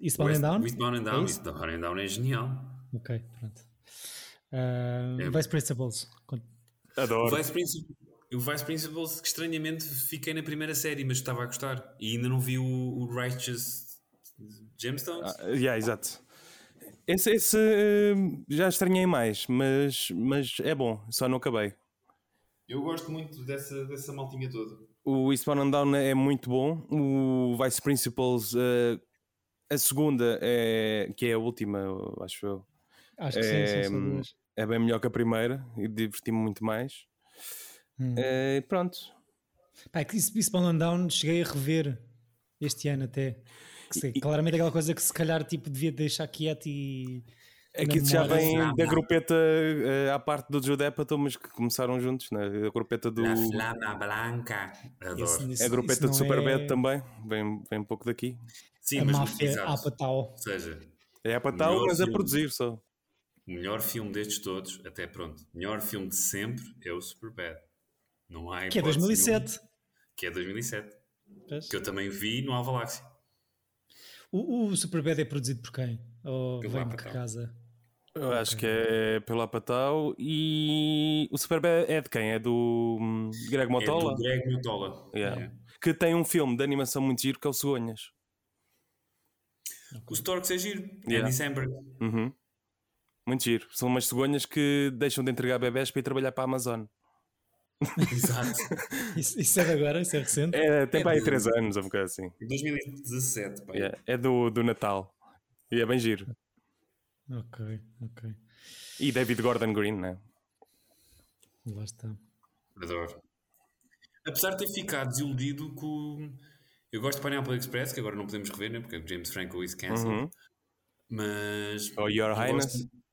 B: Eastbound and Down?
D: Eastbound and
B: É
D: Down.
B: isso?
D: Eastbound and Down é genial.
B: Ok, pronto. Ah,
D: É.
B: Vice Principals. Con-
D: O
C: Adoro.
D: Vice, Principal, o Vice Principals, que estranhamente fiquei na primeira série, mas estava a gostar. E ainda não vi o, o Righteous Gemstones.
C: Ah, yeah, exato. Esse, esse, eh, já estranhei mais, mas, mas é bom, só não acabei.
D: Eu gosto muito dessa, dessa maltinha toda.
C: O Eastbound and Down é muito bom. O Vice Principals, eh, a segunda, é, que é a última, eu acho eu,
B: Acho que sim,
C: É,
B: são só duas.
C: é bem melhor que a primeira e diverti-me muito mais.
B: Hum.
C: Eh, pronto.
B: Pá, é que East- Eastbound and Down cheguei a rever este ano até. Que se- claramente é aquela coisa que se calhar tipo, devia deixar quieto e.
C: É que isso já
B: Namora-se.
C: vem
D: Flama.
C: da grupeta eh, à parte do Jude Apatow, mas que começaram juntos, né? A grupeta do.
D: La Flama Blanca. Adoro.
B: Esse- isso-
C: É A
B: isso
C: grupeta
B: não
C: de Superbad
B: é
C: também, vem, vem um pouco daqui.
D: Sim,
B: a
D: mas
B: máfia
D: exato.
B: Apatow.
D: Ou seja,
C: É Apatow,
D: Melhor
C: mas a
D: filme.
C: produzir só.
D: o melhor filme destes todos, até pronto, o melhor filme de sempre é o Superbad. Não há
B: Que é
D: hipótese
B: 2007.
D: nenhuma. Que é 2007.
B: Pois.
D: Que eu também vi no Avaláxia.
B: O, o Superbad é produzido por quem? Ou
D: Pelo
B: vem de que
D: Apatow.
B: casa?
C: Eu acho que é pelo Apatow e o Superbad é de quem? É do hum, Greg Motola?
D: É do Greg Motola.
C: Yeah.
D: É.
C: Que tem um filme de animação muito giro que é o Cegonhas.
D: O Storks é giro.
C: Yeah.
D: É
C: [LAUGHS]
D: December.
C: Uhum. Muito giro. São umas cegonhas que deixam de entregar bebés para ir trabalhar para a Amazon. [LAUGHS]
D: Exato.
B: Isso, isso é de agora? Isso é recente?
C: É, tem
D: É
C: para aí
D: do-
C: 3 anos, ou um bocado assim.
D: 2017, pá.
C: Yeah, É do, do Natal. E é bem giro.
B: Ok, ok.
C: E David Gordon Green, né?
B: Lá está.
D: Adoro. Apesar de ter ficado desiludido com. Eu gosto de Pineapple Express, que agora não podemos rever, né? Porque James Franco is cancelled.
C: Uhum.
D: Mas.
C: Ou Oh, Your
D: eu
C: Highness.
D: gosto-
C: [LAUGHS]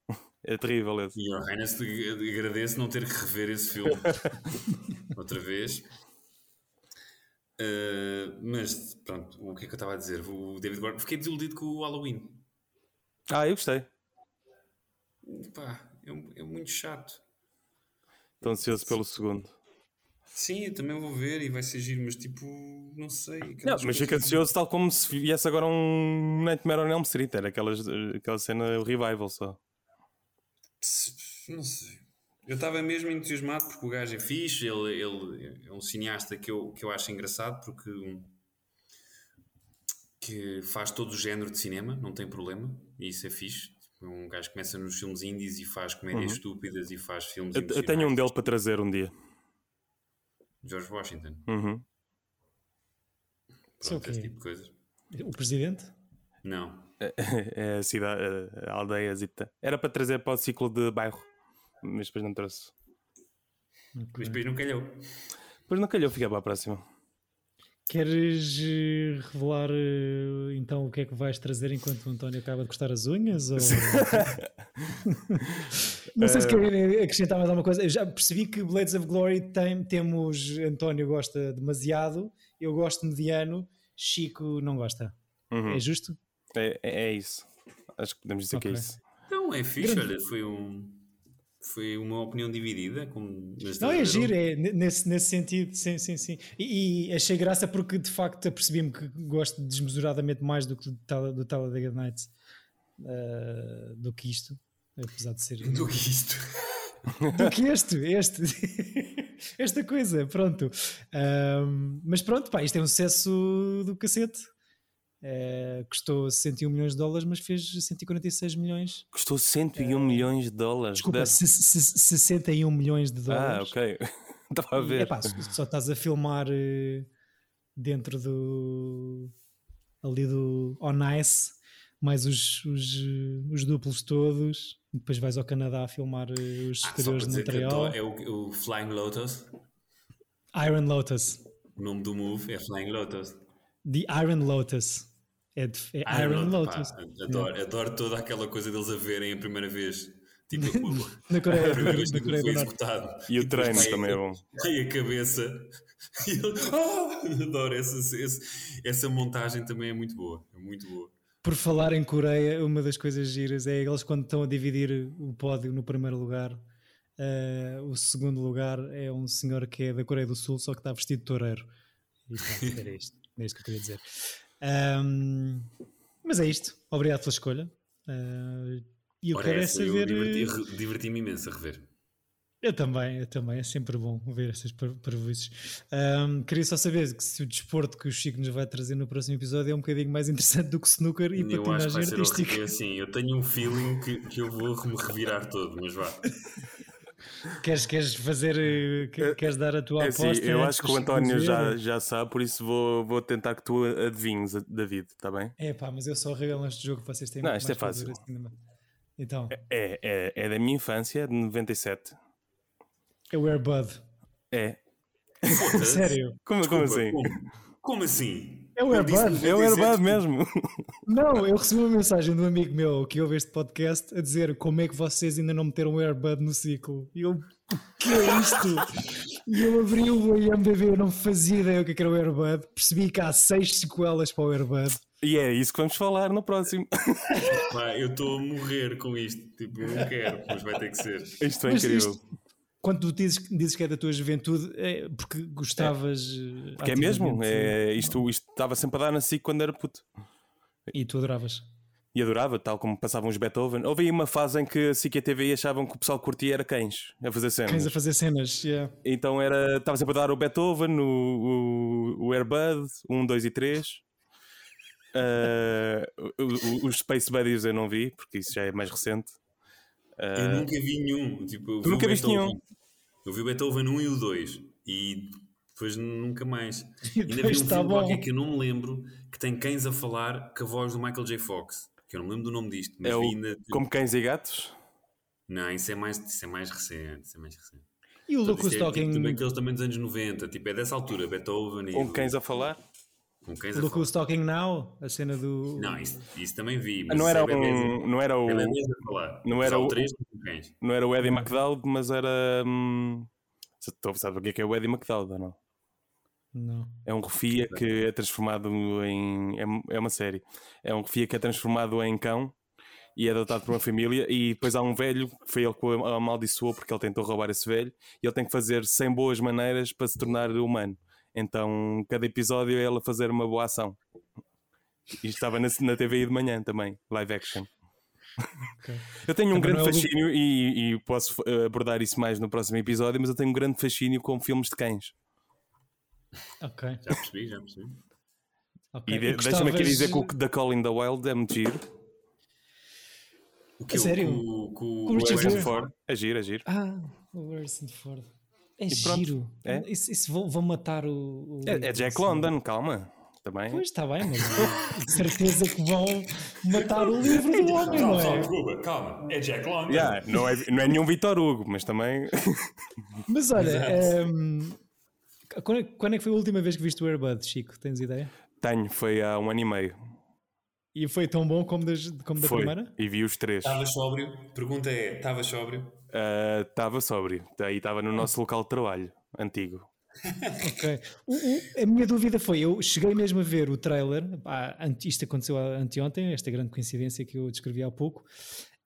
C: É terrível esse.
D: Your Highness, agradeço não ter que rever
C: [LAUGHS]
D: esse filme outra vez. Uh, mas, pronto, o que é que eu estava a dizer? O David Gordon. Fiquei desiludido com o Halloween.
C: Ah, eu gostei.
D: Pá, é, um- é muito chato.
C: Estou ansioso pelo segundo.
D: Sim, eu também vou ver e vai ser giro, mas tipo, não sei.
C: Não,
D: aquelas
C: mas
D: coisas-
C: fico ansioso, tal como se viesse agora um Nightmare on Elm Street. Era aquelas, aquela cena revival só.
D: Pss, Não sei. Eu estava mesmo entusiasmado porque o gajo é fixe, ele, ele é um cineasta que eu, que eu acho engraçado porque hum, que faz todo o género de cinema, não tem problema, e isso é fixe. É um gajo que começa nos filmes indies e faz comédias
C: Uhum.
D: estúpidas e faz filmes
C: Eu, eu tenho um
D: emocionais.
C: dele para trazer um dia.
D: George Washington,
C: Uhum.
B: Isso é o
D: pronto, esse
B: quê?
D: tipo de coisas.
B: O presidente?
D: Não,
C: É a cidade, a aldeia zita. Era para trazer para o ciclo de bairro, mas depois não trouxe.
D: mas
B: Ok.
D: depois não calhou.
C: Depois não calhou, fica para a próxima.
B: Queres eh, revelar eh, então o que é que vais trazer enquanto o António acaba de cortar as unhas? Ou... [LAUGHS] Não sei se querem acrescentar mais alguma coisa. Eu já percebi que Blades of Glory tem- temos António gosta demasiado, eu gosto mediano, Chico não gosta.
C: Uhum.
B: É justo?
C: É, é- é isso. Acho que podemos dizer que é
B: Ok.
C: isso.
D: Não, é fixe,
B: Grande-
D: olha, foi um. Foi uma opinião dividida. Como
B: Não, é
C: um
B: giro, é n- nesse, nesse sentido, sim, sim, sim. E, e achei graça porque de facto apercebi-me que gosto desmesuradamente mais do que do, Tal- do Talladega Nights eh, do que isto, apesar
C: [LAUGHS]
B: de ser
D: [LAUGHS] Do que isto.
B: do que este, este, [LAUGHS] esta coisa, pronto. Ahm, mas pronto, pá, isto é um sucesso do cacete. Eh, custou 61 milhões de dólares, mas fez 146 milhões.
C: Custou 101 milhões de dólares.
B: Desculpa,
C: Deve-
B: se- se- 61 milhões de dólares.
C: Ah, ok. [LAUGHS] Estava a
B: E,
C: ver.
B: epá, s- só estás a filmar eh, dentro do. ali do On Ice, mais os, os, eh, os duplos todos. E depois vais ao Canadá a filmar eh, os
D: Ah, só para
B: exteriores de
D: dizer que
B: Montreal.
D: adoro- é o, o Flying Lotus.
B: Iron Lotus.
D: O nome do move é Flying Lotus. Ah,
B: The Iron Lotus. É, de- é Iron Lotus.
D: pá, adoro, adoro toda aquela coisa deles a verem a primeira vez.
B: [LAUGHS]
D: Tipo, a
B: Na Coreia, na
D: primeira vez que
B: Coreia
D: foi
B: do Norte.
D: executado.
C: E o
D: depois
C: treino
D: cai-
C: também é bom.
D: Cai a cabeça. [LAUGHS] E ele, ah, adoro essa, esse- essa montagem também é muito boa. É muito boa.
B: Por falar em Coreia, uma das coisas giras é eles quando estão a dividir o pódio no primeiro lugar. eh, o segundo lugar é um senhor que é da Coreia do Sul, só que está vestido de toureiro. E
D: [LAUGHS]
B: pronto, era isto. Era isto que eu queria dizer. Ahm, mas é isto. Obrigado pela escolha. Eh, e eu
D: Ora,
B: quero é
D: essa eu
B: saber.
D: diverti- re- diverti-me imenso a rever.
B: Eu também, eu também. É sempre bom ver essas prejuízos. queria só saber que se o desporto que o Chico nos vai trazer no próximo episódio é um bocadinho mais interessante do que snooker e
D: eu acho que
B: patinagem
D: vai ser
B: artística.
D: horrível. Assim, eu tenho um feeling que, que eu vou me revirar todo, mas
C: [LAUGHS]
D: vá.
B: Queres, queres fazer, eh, que- queres dar a tua
C: É
B: aposta?
C: assim, eu
B: antes
C: acho que o
B: do Chico
C: António
B: nos
C: já,
B: ver?
C: já sabe, por isso vou, vou tentar que tu adivinhes, David, está bem?
B: É pá, mas eu sou horrível neste jogo que vocês têm.
C: Não,
B: muito
C: isto
B: mais
C: é
B: para
C: fácil.
B: dizer assim, não é? Então,
C: É, é, é da minha infância, de 97.
B: é o Airbud.
C: É.
D: Foda-se.
B: Sério?
C: Como, como assim?
D: Como, como assim?
B: É o
D: Eu disse
B: Airbud.
C: É o
D: 97.
C: Airbud mesmo.
B: Não, eu recebi uma mensagem de um amigo meu que ouve este podcast a dizer como é que vocês ainda não meteram o Airbud no ciclo. E eu, o que é isto? e eu abri o IMDB, eu não fazia ideia o que é que era o Airbud. Percebi que há seis sequelas para o Airbud.
C: [LAUGHS] E é isso que vamos falar no próximo.
D: Pá, eu estou a morrer com isto. Tipo, eu não quero, mas vai ter
C: [LAUGHS]
D: que ser.
C: [LAUGHS] Isto é
B: Mas
C: incrível.
B: isto- quando tu dizes, dizes que é da tua juventude, é porque gostavas. eh,
C: Porque é mesmo, é, isto isto estava sempre a dar na SIC quando era puto.
B: E tu adoravas.
C: E adorava, tal como passavam os Beethoven. Houve aí uma fase em que a SIC e a TV achavam que o pessoal que curtia era cães, a fazer cenas.
B: Queres a fazer cenas. yeah.
C: Então era, estava sempre a dar o Beethoven, o, o, o Airbud, 1, 2 e 3. os Space Buddies eu não vi, porque isso já é mais recente.
D: Eu nunca vi nenhum. Tipo, eu
C: Eh, Tu
D: vi o
C: nunca viste
D: Beethoven.
C: nenhum?
D: Eu vi o Beethoven 1 e o 2. E depois
C: [LAUGHS]
D: nunca mais. Ainda vi um
B: depois
D: filme
B: tá bom.
D: qualquer que eu não me lembro que tem cães a falar com a voz do Michael J. Fox. Que eu não me lembro do nome disto, mas
C: É o-
D: vi na...
C: Como cães e gatos.
D: Não, isso é, mais, isso é mais recente. Isso é mais recente.
B: E o
D: Portanto,
B: Lucas
D: isto é, tipo, também
B: Talking.
D: aqueles também dos anos 90, tipo, é dessa altura, Beethoven e
C: Com
D: o-
C: cães a falar.
D: com cães
B: O
D: a falar.
B: Lucas Talking Now, a cena do.
D: Não, isso, isso também vi. mas
C: Ah, Não
D: isso
C: era,
D: é bebês,
C: um, não, era o,
D: é bebês a falar.
C: não
D: Mas
C: era
D: há o
C: o-
D: três com cães.
C: não era o Eddie McDowd, mas era. Hum, estou a saber o que é que é o Eddie McDowd ou não?
B: Não.
C: É um refia que é transformado em. É, é uma série. É um refia que é transformado em cão e é adotado por uma família. E depois há um velho que foi ele que o amaldiçoou porque ele tentou roubar esse velho. E ele tem que fazer 100 boas maneiras para se tornar humano. Então, cada episódio é ele a fazer uma boa ação. E estava na, na TVI de manhã também, live action.
B: Ok.
C: [LAUGHS] Eu tenho um
B: Também
C: grande
B: não é o do-
C: fascínio, e, e posso eh, abordar isso mais no próximo episódio, mas eu tenho um grande fascínio com filmes de cães.
B: Ok.
D: Já percebi, já percebi.
B: ok.
C: E de-
B: E
C: deixa-me aqui
B: gostavas-
C: dizer que o da Calling the Wild é muito giro.
D: O
B: A sério?
D: Com, com,
B: Com o Richard
C: Harrison
B: Gere.
C: Ford. É giro, é giro.
B: Ah, o Harrison Ford. É
C: E pronto,
B: giro.
C: é.
B: Isso, isso vão, vão matar o. o-
C: É, é Jack
B: assim.
C: London, calma. Também.
B: Pois está bem, mas [LAUGHS] de certeza que vão matar o livro do homem, não é?
D: desculpa, calma. É Jack London.
C: Yeah, não, é, não é nenhum Vitor Hugo, mas também. [LAUGHS]
B: Mas olha, ehm, quando, é, quando é que foi a última vez que viste o Airbud, Chico? Tens ideia?
C: Tenho, foi há um ano e meio.
B: E foi tão bom como, das- como da
C: foi.
B: primeira?
C: E vi os três.
D: Estava sóbrio? Pergunta é, estava sóbrio?
C: Estava Ah, sóbrio. Aí estava no nosso local de trabalho, antigo.
B: Ok. O- o- a minha dúvida foi: eu cheguei mesmo a ver o trailer, pá, ante- isto aconteceu a- anteontem, esta grande coincidência que eu descrevi há pouco.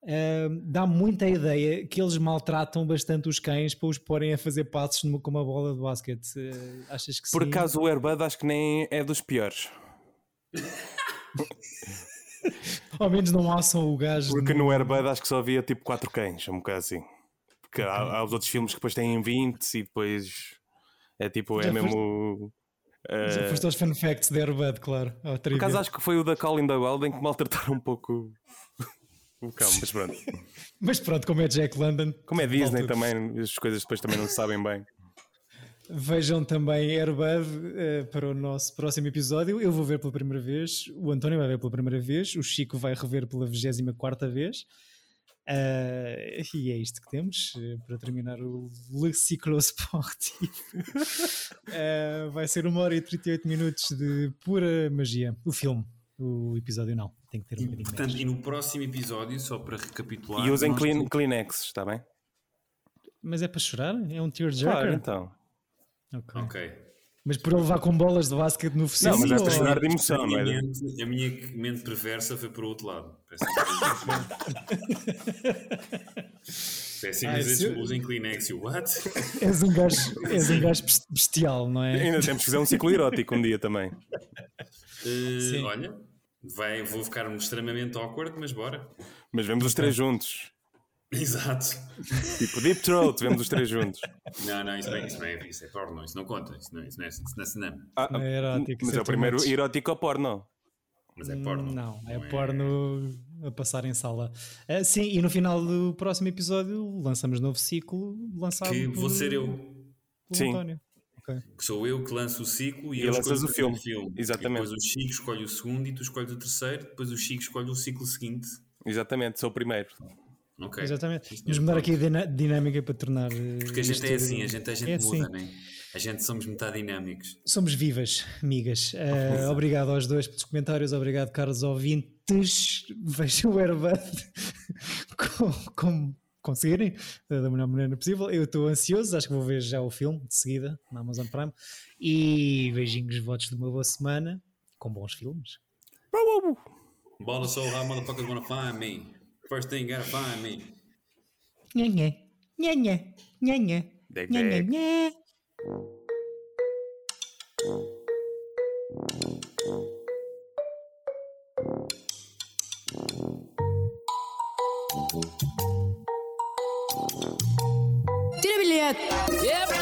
B: ahm, dá muita ideia que eles maltratam bastante os cães para os porem a fazer passos numa- com uma bola de basquete. Eh, achas que
C: Por
B: sim?
C: acaso o Airbud acho que nem é dos piores.
B: Ao menos não alçam o gajo.
C: Porque no Airbud acho que só havia tipo quatro cães, um bocado assim. Porque há, há os outros filmes que depois têm 20 e depois é tipo, é
B: Já
C: mesmo.
B: Já
C: eh,
B: foste aos fun facts de Airbud, claro. ao
C: Por acaso
B: trivia.
C: acho que foi o da Colin the Wild em que maltrataram um pouco o cão,
B: [LAUGHS]
C: mas pronto.
B: Mas pronto, como é Jack London,
C: Como é Disney
B: Malta.
C: também, as coisas depois também não se sabem bem.
B: vejam também Airbud eh, para o nosso próximo episódio. Eu vou ver pela primeira vez, o António vai ver pela primeira vez, o Chico vai rever pela 24 vez. Uh, e é isto que temos uh, para terminar o Le Ciclo
C: [LAUGHS]
B: Sportivo. Uh, vai ser uma hora e 38 minutos de pura magia. O filme, o episódio não. Tem que ter um
D: E,
B: bocadinho
D: portanto,
B: mais.
D: e no próximo episódio, só para recapitular.
C: E usem
D: nós-
C: Kleenex, Kleenex, está bem?
B: Mas é para chorar? É um
C: Claro,
B: tearjerker?
C: então.
B: Ok.
D: Ok.
B: Mas por ele levar com bolas de basquete no focinho?
C: Não, mas
B: ou-
C: é para chorar de
D: A
C: emoção, não
D: minha,
C: é?
D: mente, a minha mente perversa foi para o outro lado.
C: [LAUGHS]
D: Peço imensa desculpa.
B: Ah, se
D: Peço imensa
B: eu-
D: desculpa, usem Kleenex.
C: [LAUGHS]
D: You What?
B: És um gajo, és um gajo bes- bestial, não é?
C: Ainda temos que fazer um ciclo erótico um dia também.
D: Eh,
B: Sim.
D: olha, vai, vou ficar um extremamente awkward, mas bora. [LAUGHS]
C: Mas vemos os três juntos.
D: Exato.
C: Tipo Deep Throat, vemos os três juntos.
D: Não, não, isso, bem, isso, não é, isso é porno, isso não conta, isso não, isso não é, isso não é cinema,
C: Ah,
B: Não é erótico,
C: mas é o
B: certo,
C: primeiro
B: mas-
C: erótico ao porno.
D: mas é porno.
B: Não, é porno a passar em sala. Ah, sim, e no final do próximo episódio lançamos novo ciclo lançado
D: Que
B: por-
D: vou ser eu,
B: pelo
C: Sim.
B: António. Ok.
D: que sou eu que lanço o ciclo e,
C: E
D: eu
C: lanças
D: escolho
C: o filme.
D: E
C: Exatamente.
D: depois o Chico escolhe o segundo e tu escolhes o terceiro, depois o Chico escolhe o ciclo seguinte.
C: Exatamente, sou o primeiro.
D: Ok.
B: Exatamente.
D: Sim,
B: Vamos
D: senhor.
B: mudar aqui a dina- dinâmica para tornar. eh,
D: Porque a gente é assim, a gente, a gente
B: É
D: muda,
B: assim.
D: né? A gente somos metade dinâmicos.
B: Somos vivas, amigas. Ah, obrigado aos dois pelos comentários, obrigado, caros ouvintes. Vejam o [LAUGHS] Airbud como, como conseguirem, ah, da melhor maneira possível. Eu estou ansioso, acho que vou ver já o filme de seguida na Amazon Prime. E beijinhos, votos de uma boa semana, com bons filmes.
D: Bola so high, motherfuckers wanna find me. First thing gotta find me.
B: Nhanhé, nhanhé, nhanhé,
C: Deg,
B: nhanhé,
C: deg.
B: nhanhé.
A: Tira bilhete. Yep.